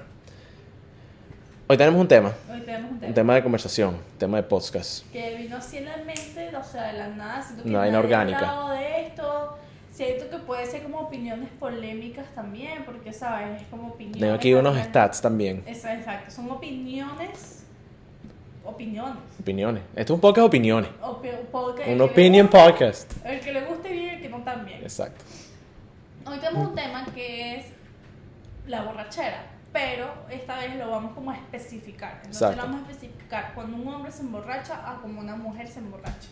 Speaker 1: Hoy tenemos un tema.
Speaker 2: Hoy tenemos un
Speaker 1: Un
Speaker 2: tema.
Speaker 1: tema de conversación. Un tema de podcast.
Speaker 2: Que vino así en la mente, o sea, de la nada. Si tú
Speaker 1: Una
Speaker 2: quieres
Speaker 1: vaina
Speaker 2: hablar
Speaker 1: orgánica.
Speaker 2: de esto, siento que puede ser como opiniones polémicas también, porque, ¿sabes? Es como opiniones.
Speaker 1: Tengo aquí unos
Speaker 2: también.
Speaker 1: stats también.
Speaker 2: Es- Exacto, son opiniones. Opiniones.
Speaker 1: Opiniones. Esto es un podcast de opiniones.
Speaker 2: Opi- podcast,
Speaker 1: Un
Speaker 2: el que le
Speaker 1: opinion
Speaker 2: guste-
Speaker 1: podcast.
Speaker 2: El que le guste bien y el que no también.
Speaker 1: Exacto.
Speaker 2: Hoy tenemos un tema que es la borrachera, pero esta vez lo vamos como a especificar. Entonces
Speaker 1: Exacto.
Speaker 2: lo vamos a especificar cuando un hombre se emborracha a como una mujer se emborracha.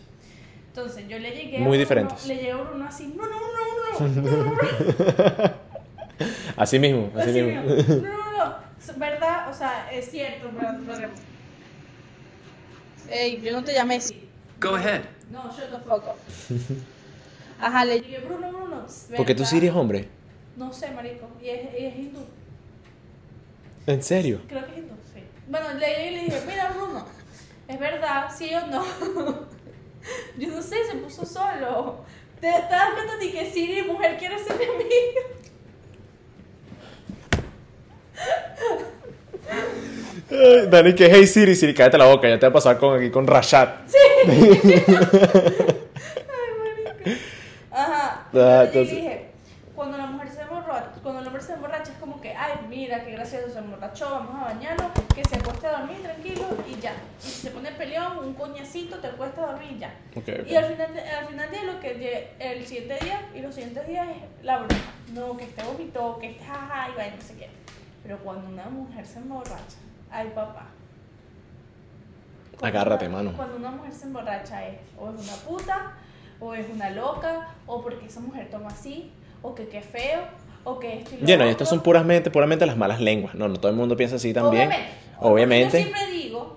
Speaker 2: Entonces yo le llegué a
Speaker 1: Muy
Speaker 2: Bruno-
Speaker 1: diferentes.
Speaker 2: le llegué a Bruno así, no, no, no, no, no, no, no,
Speaker 1: Así mismo, así,
Speaker 2: Así
Speaker 1: mismo.
Speaker 2: mismo. No, no, no. Es ¿Verdad? O sea, es cierto. pero- pero-
Speaker 4: Ey, yo no te llamé. sí.
Speaker 5: Go ahead.
Speaker 2: No, yo tampoco.
Speaker 4: Foco. Ajá, le
Speaker 2: Llegué, Bruno, Bruno.
Speaker 1: Porque tú sí
Speaker 2: ¿verdad?
Speaker 1: eres hombre.
Speaker 2: No sé, marico. Y es, y es hindú.
Speaker 1: ¿En serio?
Speaker 2: Creo que es hindú, sí. Bueno, le, le dije, mira, Bruno, es verdad, sí o no. Yo no sé, se puso solo. Te estás dando cuenta de que Siri, mujer, quiere ser mi amiga.
Speaker 1: Dani, que hey Siri, Siri, cállate la boca, ya te va a pasar con, aquí con Rashad.
Speaker 2: Ajá.
Speaker 1: Ah,
Speaker 2: Entonces
Speaker 1: entonces-
Speaker 2: yo dije, cuando la mujer se emborracha, cuando el hombre se emborracha es como que, ay, mira, qué gracioso se emborrachó, vamos a bañarlo, que se acueste a dormir tranquilo y ya. Y si se pone peleón, un coñacito, te acuesta a dormir y ya.
Speaker 1: Ok, ok.
Speaker 2: Y al final, de- al final de lo que lle- el siguiente día y los siguientes días es la broma. No, que este vomitó, que este jaja y vaya, no sé qué. Pero cuando una mujer se emborracha, ay papá. Cuando
Speaker 1: Agárrate,
Speaker 2: una-
Speaker 1: mano.
Speaker 2: Cuando una mujer se emborracha es o es una puta, o es una loca, o porque esa mujer toma así, o que qué feo, o que esto y lo
Speaker 1: Lleno, y
Speaker 2: otro.
Speaker 1: estas son puramente, puramente las malas lenguas. No, no todo el mundo piensa así también.
Speaker 2: Obviamente. Yo
Speaker 1: Obviamente.
Speaker 2: siempre digo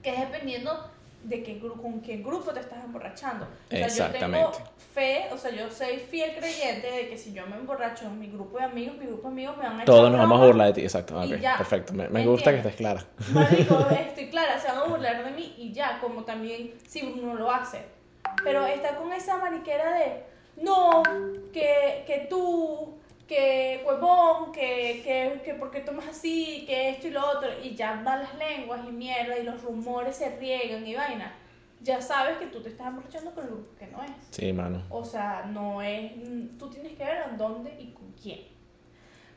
Speaker 2: que es dependiendo de qué grupo, con qué grupo te estás emborrachando. O sea,
Speaker 1: Exactamente.
Speaker 2: yo tengo fe, o sea, yo soy fiel creyente de que si yo me emborracho en mi grupo de amigos, mi grupo de amigos me van a
Speaker 1: Todos
Speaker 2: echar
Speaker 1: nos vamos a
Speaker 2: broma.
Speaker 1: burlar de ti. Exacto.
Speaker 2: Y
Speaker 1: ok,
Speaker 2: ya.
Speaker 1: perfecto. Me, me
Speaker 2: ¿Me
Speaker 1: gusta que
Speaker 2: entiendes?
Speaker 1: estés clara.
Speaker 2: Marico, estoy clara, se van a burlar de mí y ya, como también si uno lo hace. Pero está con esa mariquera de, no, que, que tú, que huevón, que, que, que por qué tomas así, que esto y lo otro, y ya van las lenguas y mierda, y los rumores se riegan y vaina. Ya sabes que tú te estás emborrachando con el grupo que no es.
Speaker 1: Sí, mano.
Speaker 2: O sea, no es. mm, Tú tienes que ver en dónde y con quién.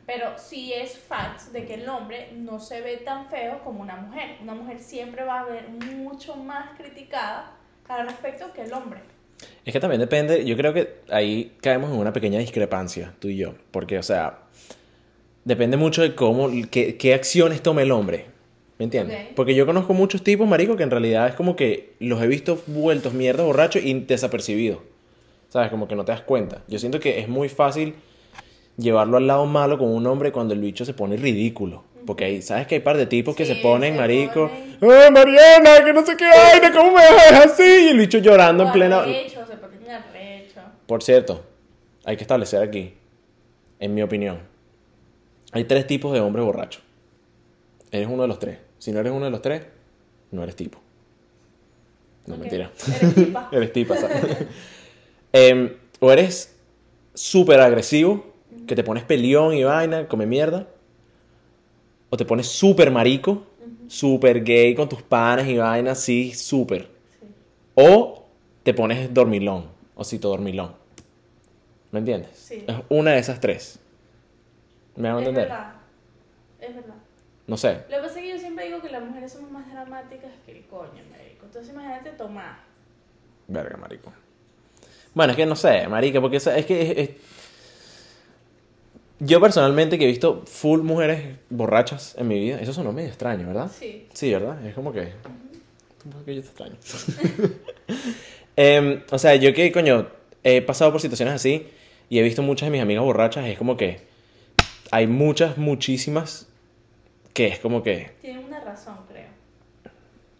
Speaker 2: Pero sí es fact de que el hombre no se ve tan feo como una mujer. Una mujer siempre va a ver mucho más criticada al respecto que el hombre.
Speaker 1: Es que también depende, yo creo que ahí caemos en una pequeña discrepancia, tú y yo, porque, o sea, depende mucho de cómo, qué, qué acciones tome el hombre, ¿me entiendes?
Speaker 2: Ok.
Speaker 1: Porque yo conozco muchos tipos, marico, que en realidad es como que los he visto vueltos mierda, borrachos y desapercibidos, ¿sabes? Como que no te das cuenta. Yo siento que es muy fácil llevarlo al lado malo con un hombre cuando el bicho se pone ridículo. Porque ahí, ¿sabes que hay par de tipos que
Speaker 4: Sí,
Speaker 1: se ponen,
Speaker 4: se
Speaker 1: marico?
Speaker 4: ponen.
Speaker 1: ¡Ay, Mariana! Que no sé qué, ay, no, ¿cómo me dejas así? Y el bicho llorando en
Speaker 2: O
Speaker 1: plena...
Speaker 2: arrecho, se ponen arrecho.
Speaker 1: Por cierto, hay que establecer aquí, en mi opinión, hay tres tipos de hombres borrachos. Eres uno de los tres. Si no eres uno de los tres, no eres tipo. No,
Speaker 2: Ok,
Speaker 1: mentira. Eh,
Speaker 2: eres tipa.
Speaker 1: eres tipa, ¿sabes? Em, o eres súper agresivo, que te pones peleón y vaina, come mierda. O te pones súper marico, súper gay con tus panas y vaina, sí, súper.
Speaker 2: Sí.
Speaker 1: O te pones dormilón, osito dormilón. ¿Me entiendes?
Speaker 2: Sí.
Speaker 1: Es una de esas tres. ¿Me van a
Speaker 2: Es
Speaker 1: entender?
Speaker 2: verdad. Es verdad.
Speaker 1: No sé.
Speaker 2: Lo que pasa es que yo siempre digo que las mujeres somos más dramáticas que el coño, marico. Entonces imagínate tomar.
Speaker 1: Verga, marico. Bueno, es que no sé, marica, porque esa- es que es- es- yo personalmente que he visto full mujeres borrachas en mi vida, eso sonó medio extraño, ¿verdad?
Speaker 2: Sí.
Speaker 1: Sí, ¿verdad? Es como que... Como que yo te extraño. Em, o sea, yo que, coño, he pasado por situaciones así y he visto muchas de mis amigas borrachas, es como que hay muchas, muchísimas que es como que
Speaker 2: Tienen una razón, creo.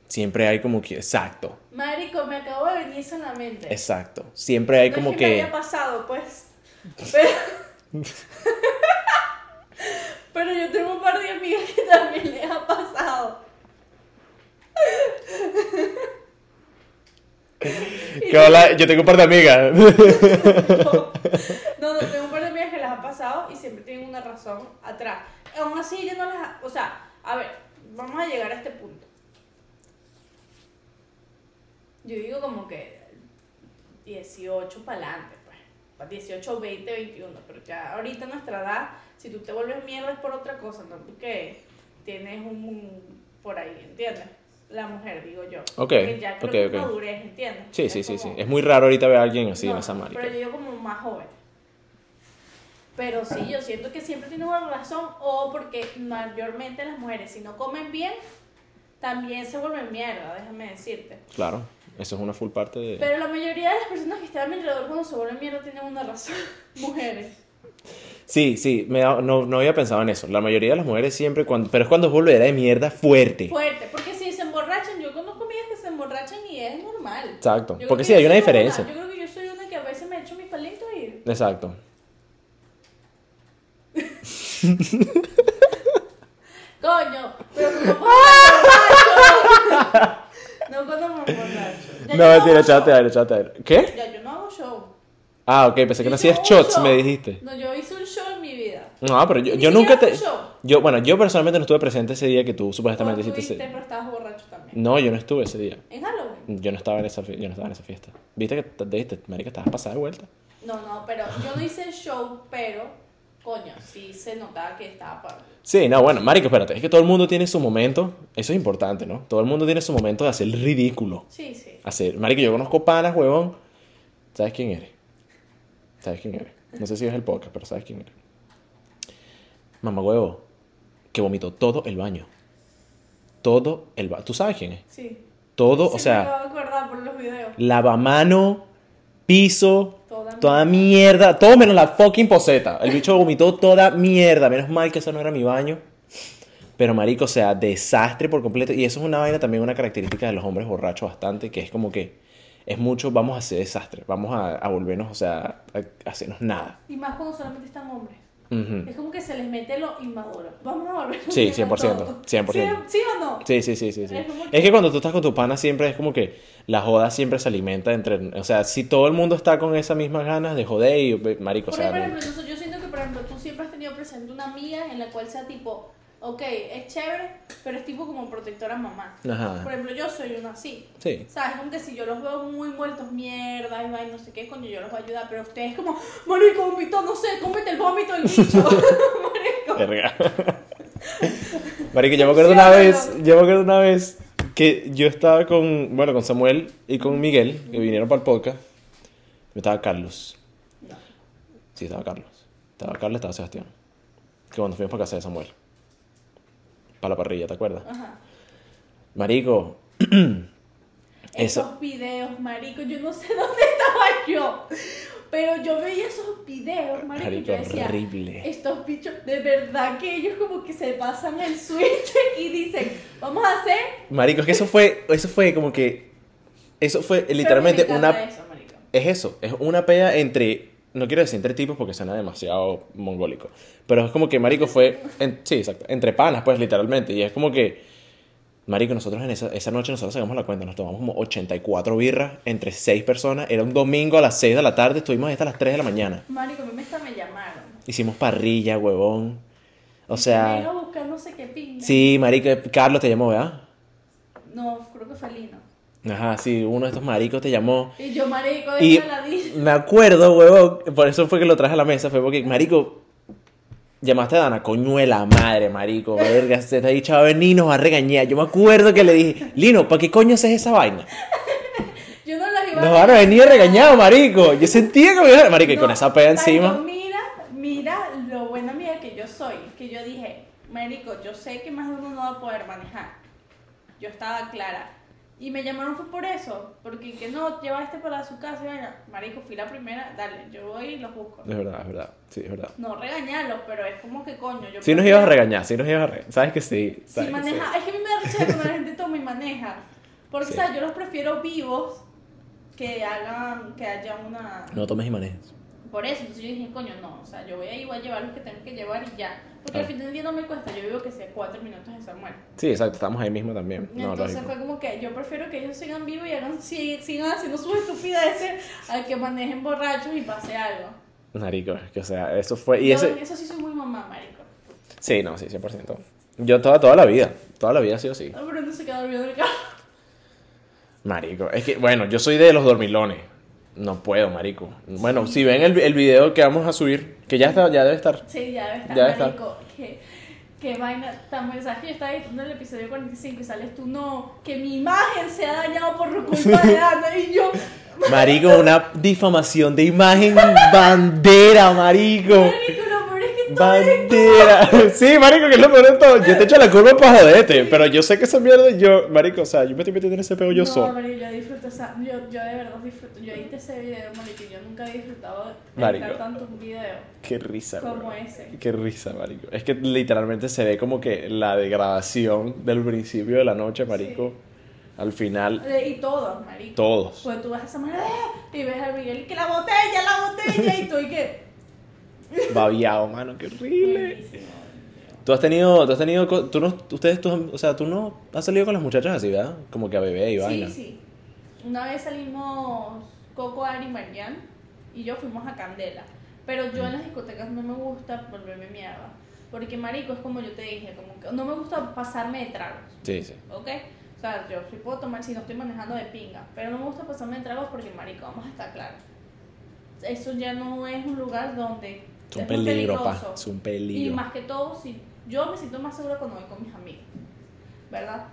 Speaker 1: siempre hay como que... Exacto,
Speaker 2: Marico, me acabo de venir eso en la mente.
Speaker 1: exacto. Siempre hay
Speaker 2: No
Speaker 1: como
Speaker 2: es
Speaker 1: que...
Speaker 2: me haya pasado, pues. Pero... Pero yo tengo un par de amigas que también les ha pasado.
Speaker 1: Que hola, yo tengo un par de amigas.
Speaker 2: No, no, no, tengo un par de amigas que les ha pasado y siempre tienen una razón atrás. Aún así, yo no las. ha- O sea, a ver, vamos a llegar a este punto. Yo digo como que 18 para adelante, pues. Pa' 18, 20, 21. Pero ya ahorita a nuestra edad, si tú te vuelves mierda es por otra cosa, no porque tienes un. un- por ahí, ¿entiendes? La mujer, digo yo.
Speaker 1: Ok,
Speaker 2: Porque ya creo
Speaker 1: ok,
Speaker 2: que
Speaker 1: ok.
Speaker 2: es madurez, ¿entiendes?
Speaker 1: Sí,
Speaker 2: Es
Speaker 1: sí, sí, sí.
Speaker 2: como-
Speaker 1: Es muy raro ahorita ver a alguien así en
Speaker 2: no,
Speaker 1: esa marica.
Speaker 2: Pero yo digo como más joven. Pero sí, yo siento que siempre tiene una razón o porque mayormente las mujeres si no comen bien, también se vuelven mierda, déjame decirte.
Speaker 1: Claro, eso es una full parte de...
Speaker 2: Pero la mayoría de las personas que están a mi alrededor cuando se vuelven mierda tienen una razón. Mujeres.
Speaker 1: Sí, sí, me da- no, no había pensado en eso. La mayoría de las mujeres siempre cuando... Pero es cuando es volver de mierda fuerte.
Speaker 2: Fuerte. Porque si se emborrachan, yo conozco amigas que se emborrachan y es normal.
Speaker 1: Exacto,
Speaker 2: Yo creo
Speaker 1: porque
Speaker 2: que
Speaker 1: sí,
Speaker 2: yo
Speaker 1: hay una
Speaker 2: soy una-
Speaker 1: diferencia.
Speaker 2: Yo creo que yo soy una que a veces me echo mis palitos y
Speaker 1: Exacto.
Speaker 2: Coño, pero como borracho. No cuando me emborracho. Ya
Speaker 1: No,
Speaker 2: yo
Speaker 1: mentira,
Speaker 2: hago
Speaker 1: échate
Speaker 2: show.
Speaker 1: aire, échate aire. ¿Qué?
Speaker 2: Ya yo no hago show.
Speaker 1: Ah, ok, pensé que
Speaker 2: Yo
Speaker 1: no hacías
Speaker 2: hago
Speaker 1: shots,
Speaker 2: show.
Speaker 1: me dijiste.
Speaker 2: No, yo hice un show en mi vida.
Speaker 1: No, pero yo,
Speaker 2: Ni
Speaker 1: yo nunca
Speaker 2: siquiera
Speaker 1: te.
Speaker 2: fue un show.
Speaker 1: Yo, bueno, yo personalmente no estuve presente ese día que tú supuestamente
Speaker 2: Tú
Speaker 1: hiciste Mm. ese-
Speaker 2: fuiste, pero estabas borracho también.
Speaker 1: No, yo no estuve ese día.
Speaker 2: ¿En Halloween?
Speaker 1: Yo no estaba en esa, fie- yo no estaba en esa fiesta. ¿Viste que te dijiste, Marica, estabas pasada de vuelta?
Speaker 2: No, no, pero yo no hice show, pero coño, sí se notaba que estaba pa-
Speaker 1: Sí, no, bueno, Marica, espérate. Es que todo el mundo tiene su momento. Eso es importante, ¿no? Todo el mundo tiene su momento de hacer el ridículo.
Speaker 2: Sí, sí.
Speaker 1: Hacer. Marica, yo conozco panas, huevón. ¿Sabes quién eres? ¿Sabes quién eres? No sé si es el podcast, pero ¿sabes quién eres? Mamá huevo, que vomitó todo el baño. Todo el baño. ¿Tú sabes quién es?
Speaker 2: Sí.
Speaker 1: Todo,
Speaker 2: Sí
Speaker 1: o sea.
Speaker 2: Me acabo de acordar por los videos.
Speaker 1: lavamano, piso,
Speaker 2: Toda
Speaker 1: toda mierda, todo menos la fucking poseta. El bicho vomitó toda mierda. Menos mal que eso no era mi baño. Pero marico, o sea, desastre por completo. Y eso es una vaina también, una característica de los hombres borrachos bastante, que es como que es mucho, vamos a hacer desastre, vamos a, a volvernos, o sea, a, a hacernos nada.
Speaker 2: Y más cuando solamente están hombres.
Speaker 1: Ujú.
Speaker 2: Es como que se les mete lo inmaduro. Vamos a volver. a
Speaker 1: Sí,
Speaker 2: hacer
Speaker 1: 100%,
Speaker 2: todo.
Speaker 1: 100%.
Speaker 2: ¿Sí, sí o no?
Speaker 1: Sí, sí, sí, sí, sí.
Speaker 2: Es como que-
Speaker 1: Es que cuando tú estás con tu pana siempre es como que la joda siempre se alimenta entre... O sea, si todo el mundo está con esas mismas ganas de joder y marico, o
Speaker 2: Porque,
Speaker 1: sea...
Speaker 2: por
Speaker 1: no-
Speaker 2: ejemplo, yo, yo siento que, por ejemplo, tú siempre has tenido presente una amiga en la cual sea tipo, ok, es chévere, pero es tipo como protectora mamá.
Speaker 1: Ajá.
Speaker 2: Por ejemplo, yo soy una así.
Speaker 1: Sí.
Speaker 2: ¿Sabes? Como que si yo los veo muy muertos, mierda, y vaina, no sé qué, coño, yo los voy a ayudar. Pero ustedes como, marico, vomitó, no sé, cómete el vómito del bicho. marico.
Speaker 1: Verga. Marico, yo me acuerdo una vez, yo me acuerdo una vez que yo estaba con, bueno, con Samuel y con Miguel, que vinieron para el podcast. Yo estaba Carlos.
Speaker 2: No.
Speaker 1: Sí, estaba Carlos. Estaba Carlos, estaba Sebastián. Que cuando fuimos para casa de Samuel. Para la parrilla, ¿te acuerdas?
Speaker 2: Ajá.
Speaker 1: Marico. Eso.
Speaker 2: Esos videos, marico, yo no sé dónde estaba yo. Pero yo veía esos videos, marico, y
Speaker 1: Marico,
Speaker 2: yo decía,
Speaker 1: horrible.
Speaker 2: estos bichos, de verdad que ellos como que se pasan el switch y dicen, vamos a hacer...
Speaker 1: Marico, es que eso fue, eso fue como que, eso fue
Speaker 2: Pero
Speaker 1: literalmente
Speaker 2: me encanta
Speaker 1: una,
Speaker 2: eso, marico.
Speaker 1: Es eso, es una pea entre, no quiero decir entre tipos porque suena demasiado mongólico, pero es como que Marico fue, en- sí, exacto, entre panas, pues literalmente, y es como que, Marico, nosotros en esa, esa noche nosotros sacamos la cuenta, nos tomamos como 84 birras entre 6 personas, era un domingo a las 6 de la tarde, estuvimos ahí hasta las 3 de la mañana,
Speaker 2: Marico, a mí me hasta me llamaron.
Speaker 1: hicimos parrilla, huevón, o
Speaker 2: Me iba
Speaker 1: sea,
Speaker 2: a buscar no sé qué pinga.
Speaker 1: sí, Marico, Carlos te llamó, ¿verdad?
Speaker 2: No, creo que fue Lino.
Speaker 1: Ajá, sí, uno de estos maricos te llamó.
Speaker 2: Y yo, marico,
Speaker 1: Y
Speaker 2: déjala la dije.
Speaker 1: me acuerdo, huevón, por eso fue que lo traje a la mesa, fue porque, marico, llamaste a Dana, coño de la madre, marico, verga, se te ha dicho, va a venir y nos va a regañar. Yo me acuerdo que le dije, Lino, ¿para qué coño haces esa vaina?
Speaker 2: Yo no las iba
Speaker 1: Nos van a venir a regañar, marico. Yo sentía que me iban a... Marico, y
Speaker 2: No,
Speaker 1: con esa pega
Speaker 2: marico,
Speaker 1: encima.
Speaker 2: Mira, mira lo buena amiga que yo soy. Que yo dije, Marico, yo sé que más de uno no va a poder manejar. Yo estaba clara. Y me llamaron fue por eso. Porque que no, lleva este para su casa. Y vaina. Marico, fui la primera. Dale, yo voy y los busco.
Speaker 1: Es verdad, es verdad, sí, es verdad.
Speaker 2: No regañarlos, pero es como que coño. Yo
Speaker 1: Sí nos
Speaker 2: prefiero-
Speaker 1: ibas a regañar, sí nos ibas a regañar, sabes que sí.
Speaker 2: Si
Speaker 1: sabes que sí.
Speaker 2: maneja, es que a mí me da rechazar cuando la gente toma y maneja. Porque,
Speaker 1: Sí.
Speaker 2: o sea, yo los prefiero vivos que hagan, que haya una.
Speaker 1: No tomes y manejes.
Speaker 2: Por eso, entonces yo dije, coño, no, o sea, yo voy a ir, voy a llevar los que tengo que llevar y ya. Porque
Speaker 1: Ah.
Speaker 2: al final del día no me cuesta, yo vivo que sea cuatro minutos en Samuel.
Speaker 1: Sí, exacto, estamos ahí mismo también. No,
Speaker 2: entonces
Speaker 1: lógico.
Speaker 2: fue como que yo prefiero que ellos sigan vivos y hagan, sig- sigan haciendo sus estupideces al que manejen borrachos y pase algo.
Speaker 1: Marico, es que o sea, eso fue... Y
Speaker 2: Yo
Speaker 1: eso...
Speaker 2: en eso sí soy muy mamá, marico.
Speaker 1: Sí, no, sí, 100%. Yo toda, toda la vida, toda la vida ha sido así.
Speaker 2: No, pero no se queda dormido en el carro.
Speaker 1: Marico, es que, bueno, yo soy de los dormilones. No puedo, marico. Bueno, si ven el, el video que vamos a subir, que ya está, ya debe estar.
Speaker 2: Sí, ya debe estar,
Speaker 1: Ya debe estar.
Speaker 2: marico. Que, que vaina tan mensaje. Yo estaba editando el episodio 45 y sales tú, no, que mi imagen se ha dañado por culpa de Ana. Y yo,
Speaker 1: Marico, una difamación de imagen bandera, marico.
Speaker 2: marico, lo peor es que todo es-
Speaker 1: Bandera. Sí, marico, que es lo peor de todo. Yo te echo la culpa para joderte, pero yo sé que esa mierda yo, marico, o sea, yo me estoy metiendo en ese peo yo
Speaker 2: no,
Speaker 1: solo.
Speaker 2: marico, yo disfruto, o sea, yo, yo de verdad disfruto. Yo edité ese video, marico, y yo nunca he disfrutado de
Speaker 1: Marico.
Speaker 2: editar tanto un video.
Speaker 1: Qué risa,
Speaker 2: Como
Speaker 1: weón.
Speaker 2: ese.
Speaker 1: Qué risa, marico. Es que literalmente se ve como que la degradación del principio de la noche, marico, al final,
Speaker 2: Eh, Y todos, marico.
Speaker 1: todos.
Speaker 2: Pues tú vas a esa manera y ves a Miguel que la botella, la botella, y tú, y que.
Speaker 1: Babiado, mano, qué horrible.
Speaker 2: Buenísimo, Dios.
Speaker 1: Tú has tenido, tú has tenido, co- tú no, ustedes, tú, han- o sea, tú no has salido con las muchachas así, ¿verdad? Como que a bebé y vaina.
Speaker 2: Sí, sí. Una vez salimos Coco, Ari, Marian y yo fuimos a Candela. Pero yo en las discotecas no me gusta volverme mierda. Porque marico es como yo te dije, como que no me gusta pasarme de tragos,
Speaker 1: Sí, sí.
Speaker 2: ¿ok? O sea, yo sí puedo tomar si no estoy manejando de pinga, pero no me gusta pasarme de tragos porque marico, vamos a estar claros. Eso ya no es un lugar donde
Speaker 1: Es un
Speaker 2: es muy
Speaker 1: peligro, pa.
Speaker 2: peligroso.
Speaker 1: Es un
Speaker 2: Y
Speaker 1: peligro.
Speaker 2: más que todo, si yo me siento más segura cuando voy con mis amigos, ¿verdad?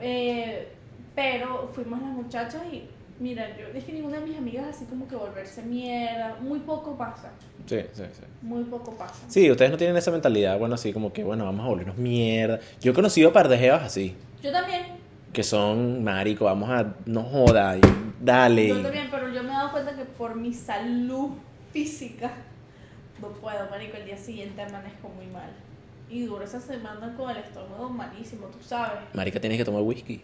Speaker 2: Eh, pero fuimos las muchachas y, mira, yo es que ninguna de mis amigas así como que volverse mierda, muy poco pasa,
Speaker 1: Sí, sí, sí.
Speaker 2: muy poco pasa.
Speaker 1: Sí, ustedes no tienen esa mentalidad, bueno, así como que, bueno, vamos a volvernos mierda. Yo he conocido par de jevas así,
Speaker 2: Yo también,
Speaker 1: que son, marico, vamos a, no joda, y dale.
Speaker 2: yo también, pero yo me he dado cuenta que por mi salud física no puedo, marico, el día siguiente amanezco muy mal. Y duro esa semana con el estómago malísimo, tú sabes.
Speaker 1: Marica, tienes que tomar whisky.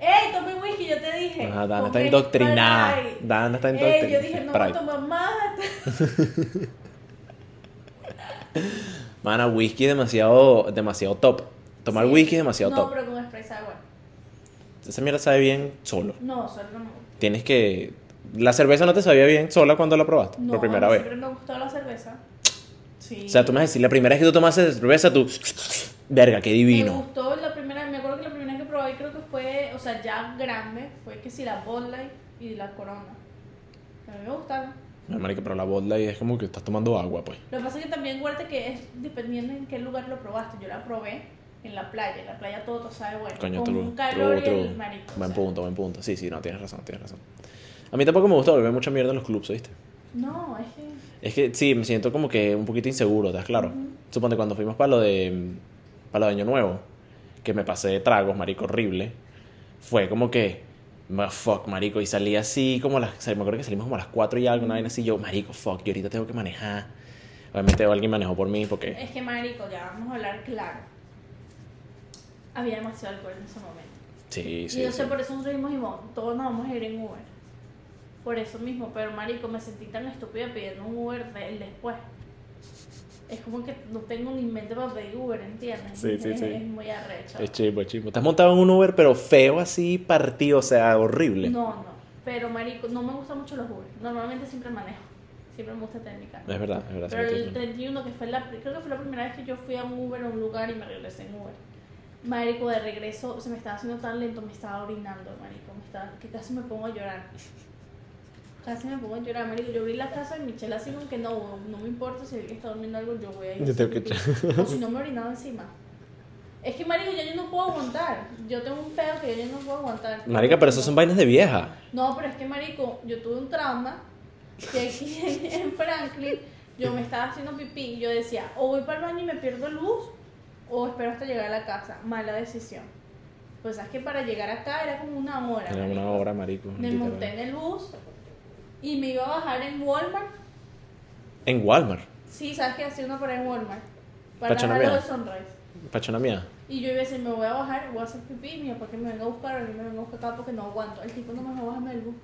Speaker 2: ¡Ey, tomé whisky! Yo te dije.
Speaker 1: Ajá, Dana está
Speaker 2: Compré
Speaker 1: indoctrinada.
Speaker 2: Sprite.
Speaker 1: Dana está indoctrinada.
Speaker 2: Ey, Eh, yo dije, no,
Speaker 1: Sprite.
Speaker 2: toma más.
Speaker 1: Mana, whisky demasiado, demasiado top. Tomar
Speaker 2: Sí.
Speaker 1: whisky es demasiado
Speaker 2: no,
Speaker 1: top.
Speaker 2: pero con spray sabe bueno.
Speaker 1: Esa mierda sabe bien solo.
Speaker 2: No, solo no.
Speaker 1: Tienes que... La cerveza no te sabía bien sola cuando la probaste
Speaker 2: no
Speaker 1: por primera
Speaker 2: a mí
Speaker 1: vez.
Speaker 2: Siempre me gustó la cerveza. Sí.
Speaker 1: O sea, tú me vas a decir, la primera vez que tú tomaste cerveza, tú... Verga, qué divino.
Speaker 2: Me gustó la primera, me acuerdo que la primera vez que probé, creo que fue, o sea, ya grande, fue que sí, la Bud Light y la Corona. A mí me gustaron.
Speaker 1: No, marica, pero la Bud Light es como que estás tomando agua, pues.
Speaker 2: Lo que pasa es que también guarda que es dependiendo en qué lugar lo probaste. Yo la probé en la playa, en la playa todo, todo sabe bueno.
Speaker 1: Coño,
Speaker 2: con
Speaker 1: true,
Speaker 2: un calor
Speaker 1: true,
Speaker 2: y
Speaker 1: true.
Speaker 2: el marico.
Speaker 1: Buen
Speaker 2: o sea,
Speaker 1: punto, buen punto. Sí, sí, no, tienes razón, tienes razón. A mí tampoco me gusta beber mucha mierda en los clubs, ¿viste?
Speaker 2: No, es que.
Speaker 1: Es que sí, me siento como que un poquito inseguro, ¿estás claro?
Speaker 2: Ujú.
Speaker 1: Suponte cuando fuimos para lo de para lo de Año Nuevo, que me pasé de tragos, marico, horrible. Fue como que ma- fuck, marico, y salí así como a las sal- me acuerdo que salimos como a las 4 y algo, una vaina así, yo, marico, fuck, yo ahorita tengo que manejar. Obviamente alguien manejó por mí porque
Speaker 2: Es que, marico, ya vamos a hablar claro. Había demasiado alcohol en ese momento.
Speaker 1: sí,
Speaker 2: y
Speaker 1: sí.
Speaker 2: yo
Speaker 1: sí.
Speaker 2: sé, por eso nosotros dijimos, "Vamos, todos nos vamos a ir en Uber. Por eso mismo, pero marico, me sentí tan estúpida pidiendo un Uber del después. Es como que no tengo ni mente para pedir Uber, ¿entiendes?
Speaker 1: Sí, sí,
Speaker 2: es,
Speaker 1: sí.
Speaker 2: es muy arrecho.
Speaker 1: Es chimbo, es chimbo. Estás montado en un Uber, pero feo así, partido, o sea, horrible.
Speaker 2: No, no. Pero marico, no me gustan mucho los Uber. Normalmente siempre manejo. Siempre me gusta tener mi carro.
Speaker 1: Es verdad, es verdad. sí
Speaker 2: Pero
Speaker 1: me
Speaker 2: el
Speaker 1: entiendo.
Speaker 2: 31, que fue la, creo que fue la primera vez que yo fui a un Uber a un lugar y me regresé en Uber. Marico, de regreso se me estaba haciendo tan lento, me estaba orinando, marico, me estaba, que casi me pongo a llorar. Casi me pongo a llorar, marico. Yo abrí la casa de Michelle así como que no, no me importa si alguien está durmiendo algo, yo voy a ir. a
Speaker 1: Yo tengo
Speaker 2: hacer
Speaker 1: que
Speaker 2: pipí. O si no me orinaba encima. Es que, marico, ya yo no puedo aguantar. Yo tengo un pedo que yo ya no puedo aguantar.
Speaker 1: Marica, pero esas son vainas de vieja.
Speaker 2: No, pero es que, marico, yo tuve un trauma que aquí en, en Franklin yo me estaba haciendo pipí y yo decía, o voy para el baño y me pierdo luz, o espero hasta llegar a la casa. Mala decisión. Pues es que para llegar acá era como una hora.
Speaker 1: Era una
Speaker 2: marico.
Speaker 1: hora, marico.
Speaker 2: Me
Speaker 1: literal.
Speaker 2: monté en el bus y me iba a bajar en Walmart.
Speaker 1: En Walmart.
Speaker 2: Sí, ¿sabes qué? Hacía una parada en Walmart. Para
Speaker 1: Pachona
Speaker 2: bajar lo de
Speaker 1: Verde.
Speaker 2: Sunrise.
Speaker 1: Pachona mía.
Speaker 2: Y yo iba a decir, me voy a bajar, voy a hacer pipí, mi papá que me venga a buscar, a mí me venga a buscar acá porque no aguanto. El tipo no me dejó bajarme del bus.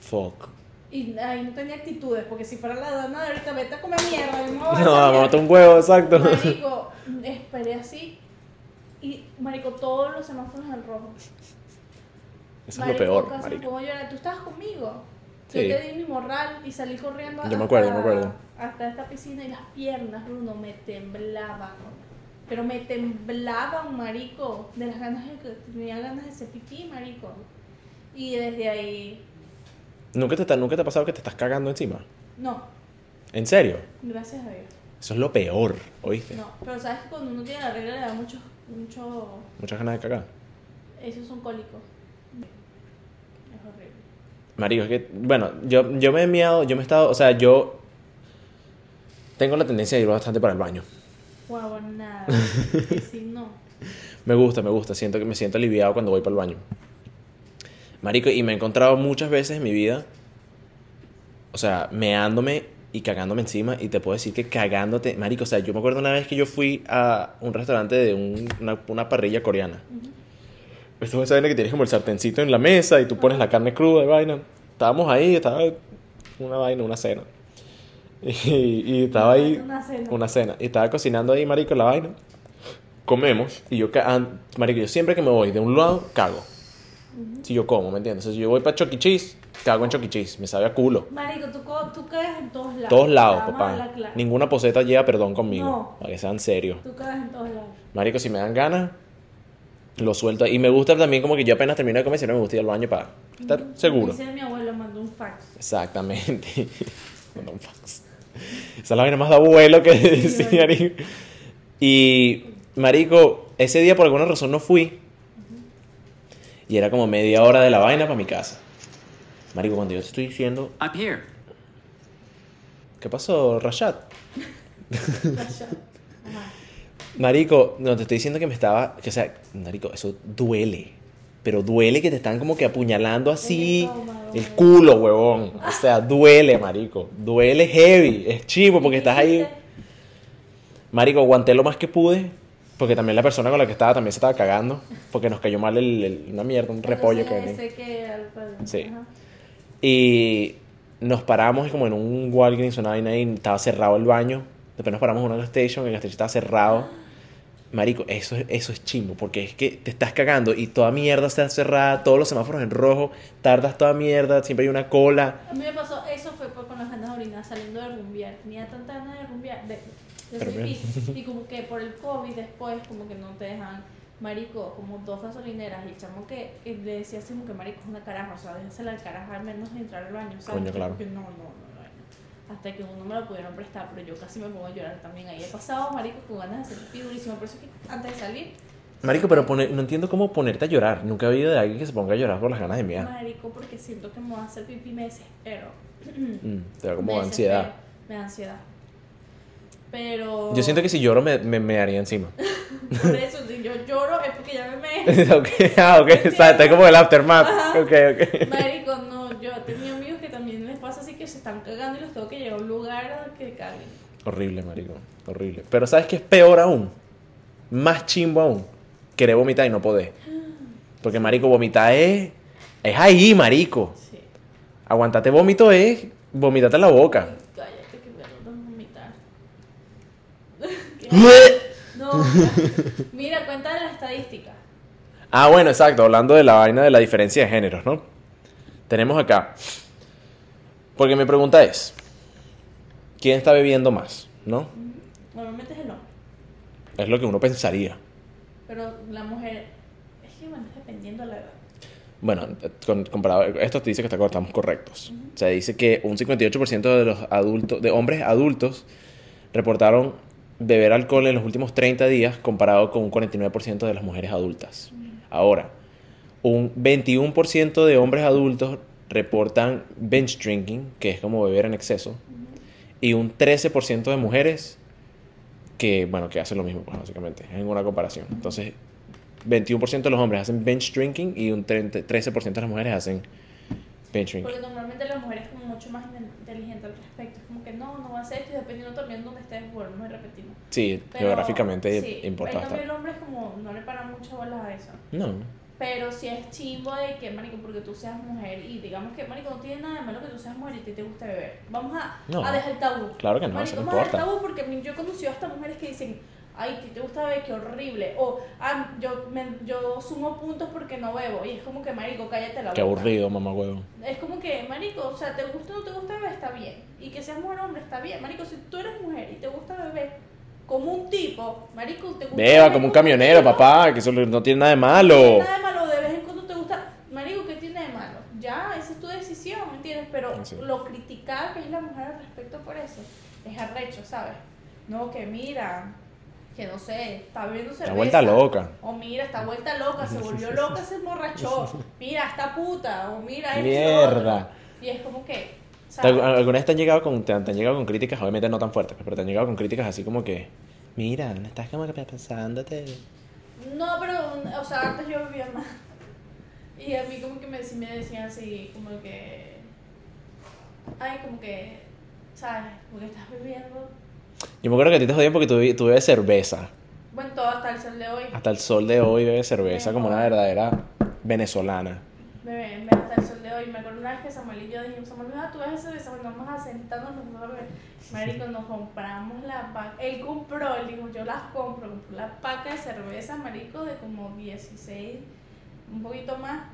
Speaker 1: Fuck.
Speaker 2: Y ahí no tenía actitudes, porque si fuera la dona de ahorita, vete a comer mierda. yo me voy a
Speaker 1: No,
Speaker 2: salir.
Speaker 1: me mató un huevo, exacto.
Speaker 2: Marico, esperé así. Y, marico, todos los semáforos en rojo.
Speaker 1: Eso es lo peor,
Speaker 2: casi me
Speaker 1: marico.
Speaker 2: pongo a llorar. Tú estabas conmigo.
Speaker 1: Sí.
Speaker 2: Yo te di mi morral y salí corriendo.
Speaker 1: Yo me acuerdo, yo me acuerdo.
Speaker 2: Hasta esta piscina y las piernas, Bruno, me temblaban. Pero me temblaban, marico. De las ganas de que tenía ganas de hacer pipí, marico. Y desde ahí,
Speaker 1: ¿Nunca te, está- nunca te ha pasado que te estás cagando encima.
Speaker 2: no,
Speaker 1: ¿En serio?
Speaker 2: gracias a Dios.
Speaker 1: Eso es lo peor, ¿oíste?
Speaker 2: No, pero sabes que cuando uno tiene la regla le da mucho, mucho,
Speaker 1: Muchas ganas de cagar.
Speaker 2: esos son cólicos. Es horrible.
Speaker 1: Marico, es que, bueno, yo, yo me he miado, yo me he estado, o sea, yo tengo la tendencia de ir bastante para el baño.
Speaker 2: Guau, nada. Decir no.
Speaker 1: Me gusta, me gusta. Siento que me siento aliviado cuando voy para el baño. Marico, y me he encontrado muchas veces en mi vida, o sea, meándome y cagándome encima. Y te puedo decir que cagándote, Marico, o sea, yo me acuerdo una vez que yo fui a un restaurante de un- una, una parrilla coreana.
Speaker 2: Ujú.
Speaker 1: Esto es esa vaina que tienes como el sartencito en la mesa y tú pones la carne cruda y vaina. Estábamos ahí, estaba una vaina, una cena. Y, y estaba ahí
Speaker 2: Una cena.
Speaker 1: una cena. Y estaba cocinando ahí, marico, la vaina. Comemos. Y yo, ca- an- marico, yo siempre que me voy de un lado, cago. Si yo como, ¿me entiendes? O sea, si yo voy para Chucky Cheese, cago en Chucky Cheese. Me sabe a culo.
Speaker 2: Marico, tú, co- tú cagas en todos lados.
Speaker 1: Todos lados,
Speaker 2: Vamos a
Speaker 1: papá.
Speaker 2: hablar claro.
Speaker 1: Ninguna poseta lleva perdón conmigo.
Speaker 2: No.
Speaker 1: Para que sean serios.
Speaker 2: Tú cagas en todos lados.
Speaker 1: Marico, si me dan ganas, lo suelto. Y me gusta también como que yo apenas termino de comer, si no me gusta ir al baño para estar seguro.
Speaker 2: Dice mi abuelo, mandó un fax.
Speaker 1: Exactamente. Mandó un fax. Esa es la vaina más de abuelo que decía,
Speaker 2: bueno.
Speaker 1: marico. Y, marico, ese día por alguna razón no fui. Y era como media hora de la vaina para mi casa. Marico, cuando yo te estoy diciendo,
Speaker 5: I'm here.
Speaker 1: ¿qué pasó, Rashad?
Speaker 2: Rashad. Ajá.
Speaker 1: Marico, no, te estoy diciendo que me estaba, que, o sea, marico, eso duele. Pero duele que te están como que apuñalando así
Speaker 2: estómago.
Speaker 1: el culo, huevón. O sea, duele, marico. Duele heavy. Es chivo porque estás ahí. Marico, aguanté lo más que pude. Porque también la persona con la que estaba también se estaba cagando. Porque nos cayó mal el, el- una mierda, un repollo que venía.
Speaker 2: Ese que al- al-
Speaker 1: Sí.
Speaker 2: ajá.
Speaker 1: Y nos paramos como en un Walgreens, una vaina ahí, estaba cerrado el baño. Después nos paramos en una gas station, el gas station estaba cerrado. Marico, eso, es- eso es chimbo, porque es que te estás cagando y toda mierda está cerrada, todos los semáforos en rojo, tardas toda mierda, siempre hay una cola.
Speaker 2: A mí me pasó, eso fue por- con las ganas de orinar saliendo de rumbear. Tenía tanta ganas de rumbear, de, de hacer
Speaker 1: Rumbear.
Speaker 2: pis, y como que por el COVID después, como que no te dejan, marico, como dos gasolineras. Y el chamo que eh, le decía así como que marico es una caraja, o sea, déjensela al caraja al menos de entrar al baño, ¿sabes?
Speaker 1: Coño, claro.
Speaker 2: Porque no, no, no, no. Hasta que uno me lo pudieron prestar, pero yo casi me pongo a llorar también. Ahí he pasado, marico, con ganas de hacer pipí durísimo. Por eso es que antes de salir,
Speaker 1: Marico, pero poner- no entiendo cómo ponerte a llorar. Nunca he oído de alguien que se ponga a llorar por las ganas de miedo.
Speaker 2: marico, porque siento que me voy a hacer pipí, me desespero.
Speaker 1: Mm, te da como
Speaker 2: Me
Speaker 1: ansiedad.
Speaker 2: desespera, Me da ansiedad. Pero.
Speaker 1: Yo siento que si lloro me, me, me haría encima.
Speaker 2: Por eso, si yo lloro es porque ya me me.
Speaker 1: ok, ah, ok, o sea, está como el aftermath. Ok, ok.
Speaker 2: Marico, no, yo he tenido amigos que también les pasa así que se están cagando y los tengo que llevar a un lugar a que caguen.
Speaker 1: Horrible, marico. Horrible. Pero ¿sabes qué es peor aún? Más chimbo aún. Querer vomitar y no poder. Porque, marico, vomitar es... Es ahí, marico.
Speaker 2: Sí.
Speaker 1: Aguantate vómito es... Vomitate en la boca.
Speaker 2: Cállate que me van a vomitar. ¿Qué? No. Mira, cuenta la estadística.
Speaker 1: Ah, bueno, exacto. Hablando de la vaina de la diferencia de géneros, ¿no? Tenemos acá. Porque mi pregunta es... ¿Quién está bebiendo más? ¿No?
Speaker 2: Normalmente es el hombre.
Speaker 1: Es lo que uno pensaría.
Speaker 2: Pero la mujer. Es que bueno, es dependiendo de la edad.
Speaker 1: Bueno, con- comparado, esto te dice que está cor- estamos correctos. O sea, dice que un 58% de los adultos, de hombres adultos, reportaron beber alcohol en los últimos 30 días, comparado con un 49% de las mujeres adultas. Ahora, un 21% de hombres adultos reportan binge drinking, que es como beber en exceso, y un 13% de mujeres que, bueno, que hacen lo mismo, pues, básicamente, es ninguna comparación. Entonces, 21% de los hombres hacen binge drinking y un 30 13% de las mujeres hacen binge drinking.
Speaker 2: Porque normalmente la mujer es como mucho más in- inteligente al respecto. Es como que no, no va a hacer esto y dependiendo también de dónde estés, volvemos y repetimos.
Speaker 1: Sí,
Speaker 2: Pero,
Speaker 1: geográficamente
Speaker 2: sí,
Speaker 1: importa
Speaker 2: en cambio
Speaker 1: bastante.
Speaker 2: el hombre es como, no le para mucho bolas a eso.
Speaker 1: No,
Speaker 2: Pero si es chimbo de que, marico, porque tú seas mujer y digamos que, marico, no tiene nada de malo que tú seas mujer y a ti te gusta beber. Vamos a,
Speaker 1: No.
Speaker 2: a dejar el tabú.
Speaker 1: claro que no,
Speaker 2: marico,
Speaker 1: eso no
Speaker 2: vamos a dejar el
Speaker 1: importa.
Speaker 2: tabú porque mi- yo he conocido hasta mujeres que dicen, ay, ti te gusta beber, qué horrible. O, ah, yo, me- yo sumo puntos porque no bebo. Y es como que, marico, cállate la
Speaker 1: Qué
Speaker 2: boca.
Speaker 1: aburrido, mamá huevo.
Speaker 2: Es como que, marico, o sea, te gusta o no te gusta beber, está bien. Y que seas mujer o hombre, está bien. Marico, si tú eres mujer y te gusta beber como un tipo, marico, te gusta
Speaker 1: Beba
Speaker 2: beber
Speaker 1: como un camionero,
Speaker 2: tipo,
Speaker 1: papá, que eso no tiene nada de
Speaker 2: No
Speaker 1: malo.
Speaker 2: tiene nada de malo, de vez en cuando te gusta. Marico, ¿qué tiene de malo? Ya, esa es tu decisión, ¿me entiendes? Pero
Speaker 1: Sí.
Speaker 2: lo criticada que es la mujer al respecto por eso es arrecho, ¿sabes? No, que mira, que no sé, está bebiendo cerveza.
Speaker 1: Está vuelta loca.
Speaker 2: O mira, está vuelta loca, se volvió loca, se emborrachó. Mira, está puta. O mira, esto y lo otro.
Speaker 1: Mierda.
Speaker 2: Y es como que.
Speaker 1: ¿Te-
Speaker 2: ¿sabes?
Speaker 1: ¿Alguna vez te han llegado con, te han, te han llegado con críticas, obviamente no tan fuertes, pero te han llegado con críticas así como que, mira, no estás como que pensándote.
Speaker 2: No, pero, o sea, antes yo vivía más. Y a mí como que me, sí me decían así, como que... Ay, como que... ¿Sabes? Como que estás bebiendo...
Speaker 1: Yo me acuerdo que a ti te jodían porque tú, be- tú bebes cerveza.
Speaker 2: Bueno, todo hasta el sol de hoy.
Speaker 1: Hasta el sol de hoy bebes cerveza como una verdadera venezolana.
Speaker 2: Me, me- hasta el sol de hoy. Me acuerdo una vez que Samuel y yo dijimos, Samuel, ah, tú ves ese de Samuel, vamos a sentarnos nosotros. a ver". Marico, nos compramos la paca. Él compró, él dijo, yo las compro. Compró la paca de cerveza, marico, de como 16, un poquito más.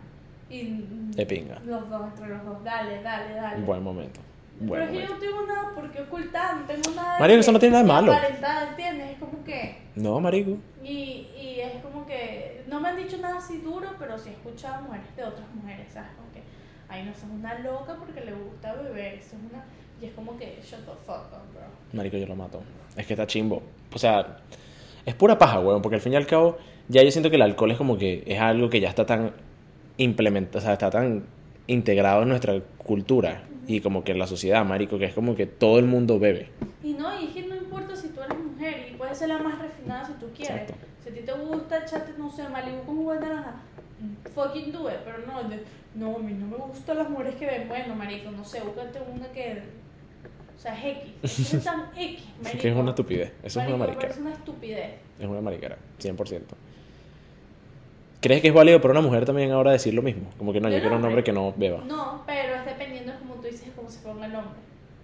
Speaker 2: Y
Speaker 1: De pinga.
Speaker 2: los dos, entre los dos, dale, dale, dale.
Speaker 1: Buen momento. Buen
Speaker 2: Pero es que
Speaker 1: momento.
Speaker 2: yo no tengo nada por qué ocultar, no tengo nada.
Speaker 1: Marico,
Speaker 2: que-
Speaker 1: eso no tiene nada de
Speaker 2: que
Speaker 1: malo.
Speaker 2: aparentar, ¿entiendes? Es como que.
Speaker 1: No, marico.
Speaker 2: Y, y es como que no me han dicho nada así duro, pero sí he escuchado a mujeres de otras mujeres, ¿sabes? Como que, ay, no, esa es una loca porque le gusta beber, eso es una... Y es como que, shut the fuck up, bro.
Speaker 1: Marico, yo lo mato. Es que está chimbo. O sea, es pura paja, weón. Porque al fin y al cabo, ya yo siento que el alcohol es como que es algo que ya está tan implementado, o sea, está tan integrado en nuestra cultura y como que en la sociedad, marico, que es como que todo el mundo bebe.
Speaker 2: Y no, y es que no importa si tú eres mujer, y puedes ser la más refinada si tú quieres.
Speaker 1: Exacto.
Speaker 2: Si a ti te gusta echarte, no sé, Malibu con jugo de naranja, fucking do it, pero no, de- no, a mí no me gustan las mujeres que ven, bueno, marico, no sé, búscate una que... O sea, es X, es tan X,
Speaker 1: Es
Speaker 2: marico.
Speaker 1: que es una estupidez. Eso es una
Speaker 2: Marico, pero
Speaker 1: mariquera.
Speaker 2: es una estupidez.
Speaker 1: Es una mariquera, 100%. ¿Crees que es válido para una mujer también ahora decir lo mismo? Como que no,
Speaker 2: Yo
Speaker 1: yo
Speaker 2: no,
Speaker 1: quiero un hombre
Speaker 2: hombre.
Speaker 1: que no beba.
Speaker 2: No, pero es dependiendo, como tú dices, cómo se ponga el hombre.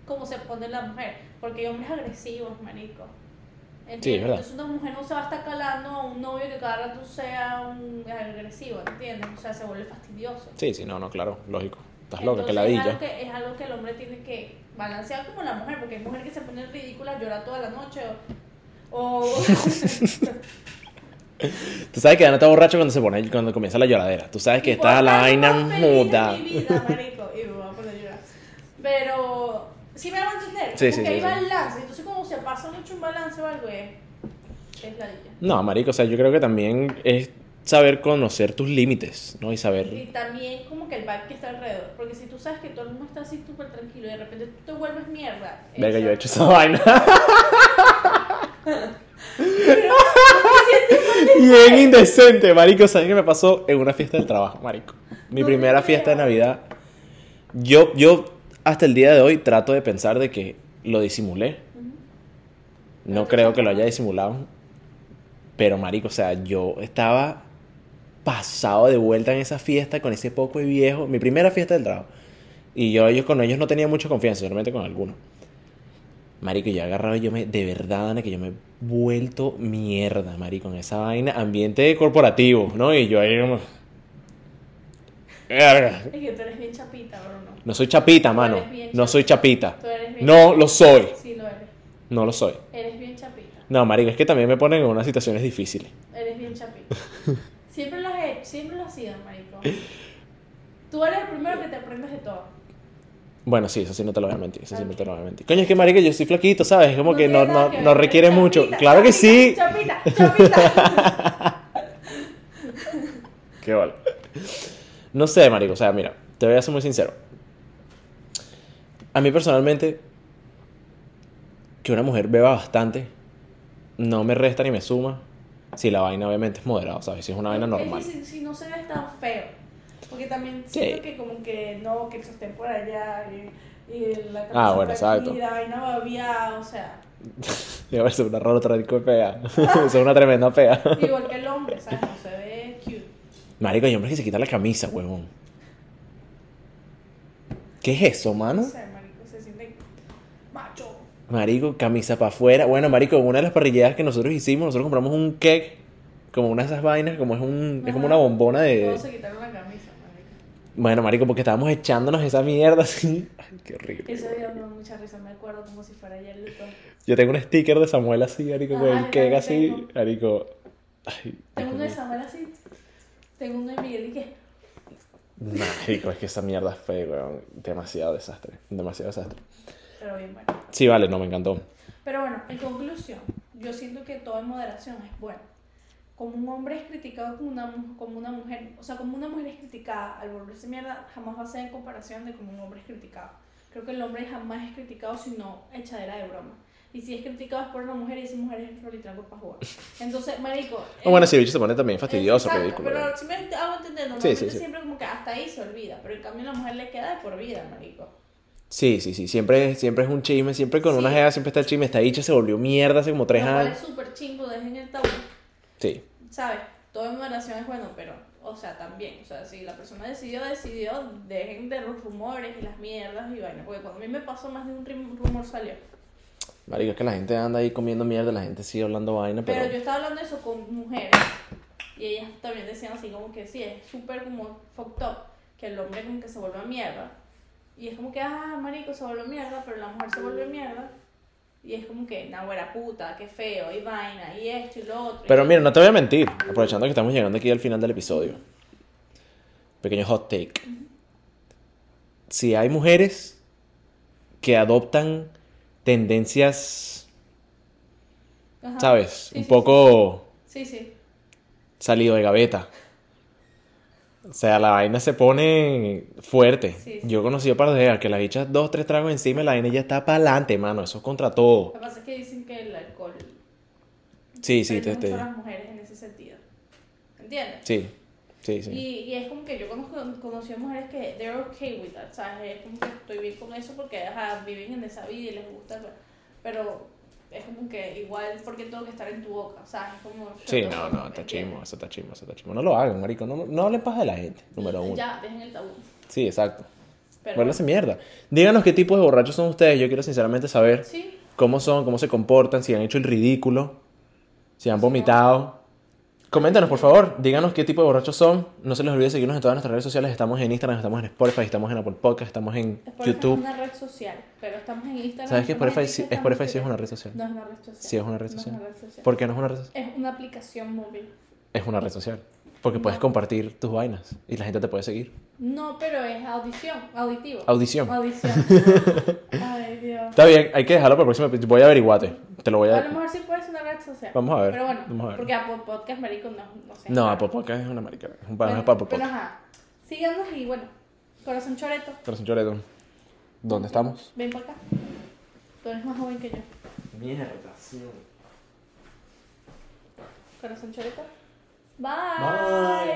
Speaker 2: Cómo se pone la mujer. Porque hay hombres agresivos, marico. ¿Entiendes?
Speaker 1: Sí, es verdad.
Speaker 2: Entonces una mujer no se va a estar calando a un novio que cada rato sea un agresivo, ¿entiendes? O sea, se vuelve fastidioso.
Speaker 1: Sí, sí, no, no, claro, lógico. Estás loca, que
Speaker 2: Entonces, Es
Speaker 1: ladilla.
Speaker 2: algo que, es algo que el hombre tiene que balancear como la mujer, porque hay mujer que se pone ridícula, llora toda la noche o... o-
Speaker 1: Tú sabes que Dana está borracho cuando se pone, cuando comienza la lloradera. Tú sabes que
Speaker 2: Tipo,
Speaker 1: está la
Speaker 2: algo
Speaker 1: vaina
Speaker 2: más feliz de
Speaker 1: muda.
Speaker 2: mi vida, marico. Y me voy a poner a llorar. Pero sí me van a entender.
Speaker 1: Sí,
Speaker 2: Sí,
Speaker 1: sí, sí,
Speaker 2: hay
Speaker 1: sí.
Speaker 2: balance. Entonces, como se pasa mucho un balance o algo, es, es la villa.
Speaker 1: No, marico, o sea, yo creo que también es saber conocer tus límites, ¿no? Y
Speaker 2: Y
Speaker 1: saber...
Speaker 2: también como que el vibe que está alrededor. Porque si tú sabes que todo el mundo está así súper tranquilo y de repente tú te vuelves mierda.
Speaker 1: Verga, yo he hecho esa vaina. Bien indecente, marico. ¿Sabes qué me pasó en una fiesta del trabajo, marico? Mi
Speaker 2: No te
Speaker 1: primera
Speaker 2: creo.
Speaker 1: fiesta de Navidad. Yo, yo hasta el día de hoy trato de pensar de que lo disimulé. No creo que lo haya disimulado. Pero, marico, o sea, yo estaba pasado de vuelta en esa fiesta con ese poco y viejo. Mi primera fiesta del trabajo. Y yo ellos, con ellos no tenía mucha confianza, solamente con algunos. Marico, yo agarraba, yo me, de verdad, Ana, que yo me he vuelto mierda, marico, en esa vaina, ambiente corporativo, ¿no? Y yo ahí como... Verga.
Speaker 2: Es que tú eres bien chapita, Bruno.
Speaker 1: No soy chapita,
Speaker 2: Tú
Speaker 1: mano.
Speaker 2: eres bien
Speaker 1: No soy chapita.
Speaker 2: Tú eres bien
Speaker 1: No lo soy.
Speaker 2: Sí, lo eres.
Speaker 1: No lo soy.
Speaker 2: Eres bien chapita.
Speaker 1: No, marico, es que también me ponen en unas situaciones difíciles.
Speaker 2: Eres bien chapito. Siempre lo has hecho, siempre lo has sido, marico. Tú eres el primero que te aprendes de todo.
Speaker 1: Bueno, sí, eso sí no te lo voy a mentir. Eso sí no te lo voy a mentir. Coño, es que marico, yo soy flaquito, ¿sabes? Es como que
Speaker 2: tiene
Speaker 1: no,
Speaker 2: nada
Speaker 1: no,
Speaker 2: que
Speaker 1: no
Speaker 2: ver.
Speaker 1: requiere
Speaker 2: Chapita,
Speaker 1: mucho. Claro que
Speaker 2: chapita,
Speaker 1: sí.
Speaker 2: Chapita, chapita.
Speaker 1: Qué vale. No sé, marico, o sea, mira, te voy a ser muy sincero. A mí personalmente, que una mujer beba bastante, no me resta ni me suma. Si la vaina obviamente es moderada, ¿sabes? Si es una vaina
Speaker 2: Es
Speaker 1: normal.
Speaker 2: que si, si no se ve tan feo. Porque también siento
Speaker 1: Sí.
Speaker 2: que como que no, que el sostén por allá y, y la
Speaker 1: Ah, bueno,
Speaker 2: por aquí,
Speaker 1: exacto.
Speaker 2: la vaina babía, o sea,
Speaker 1: Y a ver, eso es una raro de pea. Eso es una tremenda pea.
Speaker 2: igual que el hombre, ¿sabes? No se ve cute.
Speaker 1: Marico, hay hombres que se quitan la camisa, huevón. ¿Qué es eso,
Speaker 2: O
Speaker 1: mano?
Speaker 2: sea, marico, se siente macho.
Speaker 1: Marico, camisa para afuera. Bueno, marico, en una de las parrilladas que nosotros hicimos, nosotros compramos un cake, como una de esas vainas, como es un, es como una
Speaker 2: Ajá.
Speaker 1: bombona de.
Speaker 2: Todos se quitaron la camisa, marico.
Speaker 1: Bueno, marico, porque estábamos echándonos esa mierda así. Ay, qué horrible.
Speaker 2: Ese video me dio mucha risa, me acuerdo como si fuera ayer de todo.
Speaker 1: Yo tengo un sticker de Samuel así, marico, con
Speaker 2: Ajá,
Speaker 1: el
Speaker 2: yo
Speaker 1: cake
Speaker 2: también
Speaker 1: así,
Speaker 2: tengo.
Speaker 1: marico. Ay,
Speaker 2: Tengo uno de
Speaker 1: Dios
Speaker 2: Samuel así. Tengo uno de Miguel y que.
Speaker 1: mío. Marico, es que esa mierda fue, weón. Demasiado desastre, demasiado desastre.
Speaker 2: Pero bien bueno.
Speaker 1: Sí, vale, no, me encantó.
Speaker 2: Pero bueno, en conclusión, yo siento que todo en moderación es bueno. Como un hombre es criticado como una, mu- como una mujer, o sea, como una mujer es criticada al volverse mierda, jamás va a ser en comparación de como un hombre es criticado. Creo que el hombre jamás es criticado sino echadera de broma. Y si es criticado es por una mujer y esa mujer es rolitranco para jugar. Entonces, marico.
Speaker 1: No, Oh, bueno, sí, el bicho se pone también fastidioso,
Speaker 2: Exacto,
Speaker 1: ridículo. weón.
Speaker 2: Pero si me hago
Speaker 1: Sí,
Speaker 2: entender,
Speaker 1: sí,
Speaker 2: normalmente
Speaker 1: sí.
Speaker 2: siempre como que hasta ahí se olvida, pero en cambio a la mujer le queda de por vida, marico.
Speaker 1: Sí, sí, sí, siempre, siempre es un chisme, siempre con una
Speaker 2: Sí.
Speaker 1: jeva siempre está el chisme, esta dicha se volvió mierda hace como tres
Speaker 2: Lo cual
Speaker 1: años.
Speaker 2: es súper chingo, dejen el tabú,
Speaker 1: Sí,
Speaker 2: ¿sabes? Todo en moderación es bueno, pero O sea, también, o sea, si la persona decidió, decidió, dejen de los rumores y las mierdas y vaina, porque cuando a mí me pasó más de un rim- rumor salió.
Speaker 1: Marico, es que la gente anda ahí comiendo mierda, la gente sigue hablando vaina,
Speaker 2: Pero
Speaker 1: pero.
Speaker 2: yo estaba hablando eso con mujeres y ellas también decían así como que sí, es súper como fucked up, que el hombre como que se vuelve mierda. Y es como que, ah, marico, se vuelve mierda, pero la mujer se
Speaker 1: Mm.
Speaker 2: vuelve mierda. Y es como que, nah, güera puta, qué feo, y vaina, y esto y lo otro.
Speaker 1: Pero mira, no te voy a mentir, aprovechando que estamos llegando aquí al final del episodio. Pequeño hot take. Si hay mujeres que adoptan tendencias,
Speaker 2: Ajá.
Speaker 1: ¿sabes?
Speaker 2: Sí,
Speaker 1: Un
Speaker 2: sí,
Speaker 1: poco
Speaker 2: Sí, sí.
Speaker 1: salido de gaveta. O sea, la vaina se pone fuerte.
Speaker 2: Sí, sí.
Speaker 1: Yo he conocido para dejar que las bichas dos, tres tragos encima y la vaina ya está para adelante, mano. Eso es contra todo.
Speaker 2: Lo que pasa es que dicen que el alcohol
Speaker 1: Sí, sí,
Speaker 2: prende
Speaker 1: te, te-
Speaker 2: mucho a las mujeres en ese sentido. ¿Entiendes?
Speaker 1: sí, sí, sí.
Speaker 2: Y, y es como que yo conozco, conocí a mujeres que they're okay with that, ¿sabes? Es como que estoy bien con eso porque ajá, viven en esa vida y les gusta, pero, pero es como que igual porque tengo que estar en tu boca, ¿sabes? Es como...
Speaker 1: Sí, no, no, está chimo, eso está chimo, eso está chimo. No lo hagan, marico, no, no hablen paja de la gente, número uno.
Speaker 2: Ya, dejen el tabú.
Speaker 1: Sí, exacto.
Speaker 2: Pero,
Speaker 1: Vuélvanse mierda. Díganos qué tipos de borrachos son ustedes, yo quiero sinceramente saber
Speaker 2: sí,
Speaker 1: cómo son, cómo se comportan, si han hecho el ridículo, si han vomitado. Coméntanos, por favor, díganos qué tipo de borrachos son. No se les olvide seguirnos en todas nuestras redes sociales, estamos en Instagram, estamos en Spotify, estamos en Apple Podcast, estamos en
Speaker 2: Spotify
Speaker 1: YouTube.
Speaker 2: es una red social, pero estamos en Instagram.
Speaker 1: ¿Sabes que
Speaker 2: estamos en
Speaker 1: Spotify, sí-
Speaker 2: TikTok, estamos
Speaker 1: Spotify
Speaker 2: en
Speaker 1: sí es
Speaker 2: Twitter.
Speaker 1: una red social?
Speaker 2: No es una red social.
Speaker 1: Sí es una red
Speaker 2: No
Speaker 1: social.
Speaker 2: es una red social.
Speaker 1: ¿Por qué no es una red social?
Speaker 2: Es una aplicación móvil.
Speaker 1: Es una red social. Porque puedes compartir tus vainas y la gente te puede seguir.
Speaker 2: No, pero es audición, auditivo.
Speaker 1: Audición.
Speaker 2: Audición. Ay, Dios.
Speaker 1: Está bien, hay que dejarlo para el próximo episodio. Voy a averiguarte. Te lo voy
Speaker 2: A lo
Speaker 1: a.
Speaker 2: mejor sí puede ser una red social.
Speaker 1: Vamos a ver,
Speaker 2: Pero bueno,
Speaker 1: vamos a ver.
Speaker 2: porque Apple Podcast, marico, no, no sé.
Speaker 1: No, Apple Podcast es una marica. Es un
Speaker 2: Bueno,
Speaker 1: pan para Apple Podcast.
Speaker 2: Pero ajá, síganos y bueno, corazón choreto,
Speaker 1: Tras un choreto. ¿Dónde estamos?
Speaker 2: ven para acá. Tú eres más joven que yo.
Speaker 1: Mierda, sí.
Speaker 2: Corazón choreto.
Speaker 1: Bye.
Speaker 2: Bye.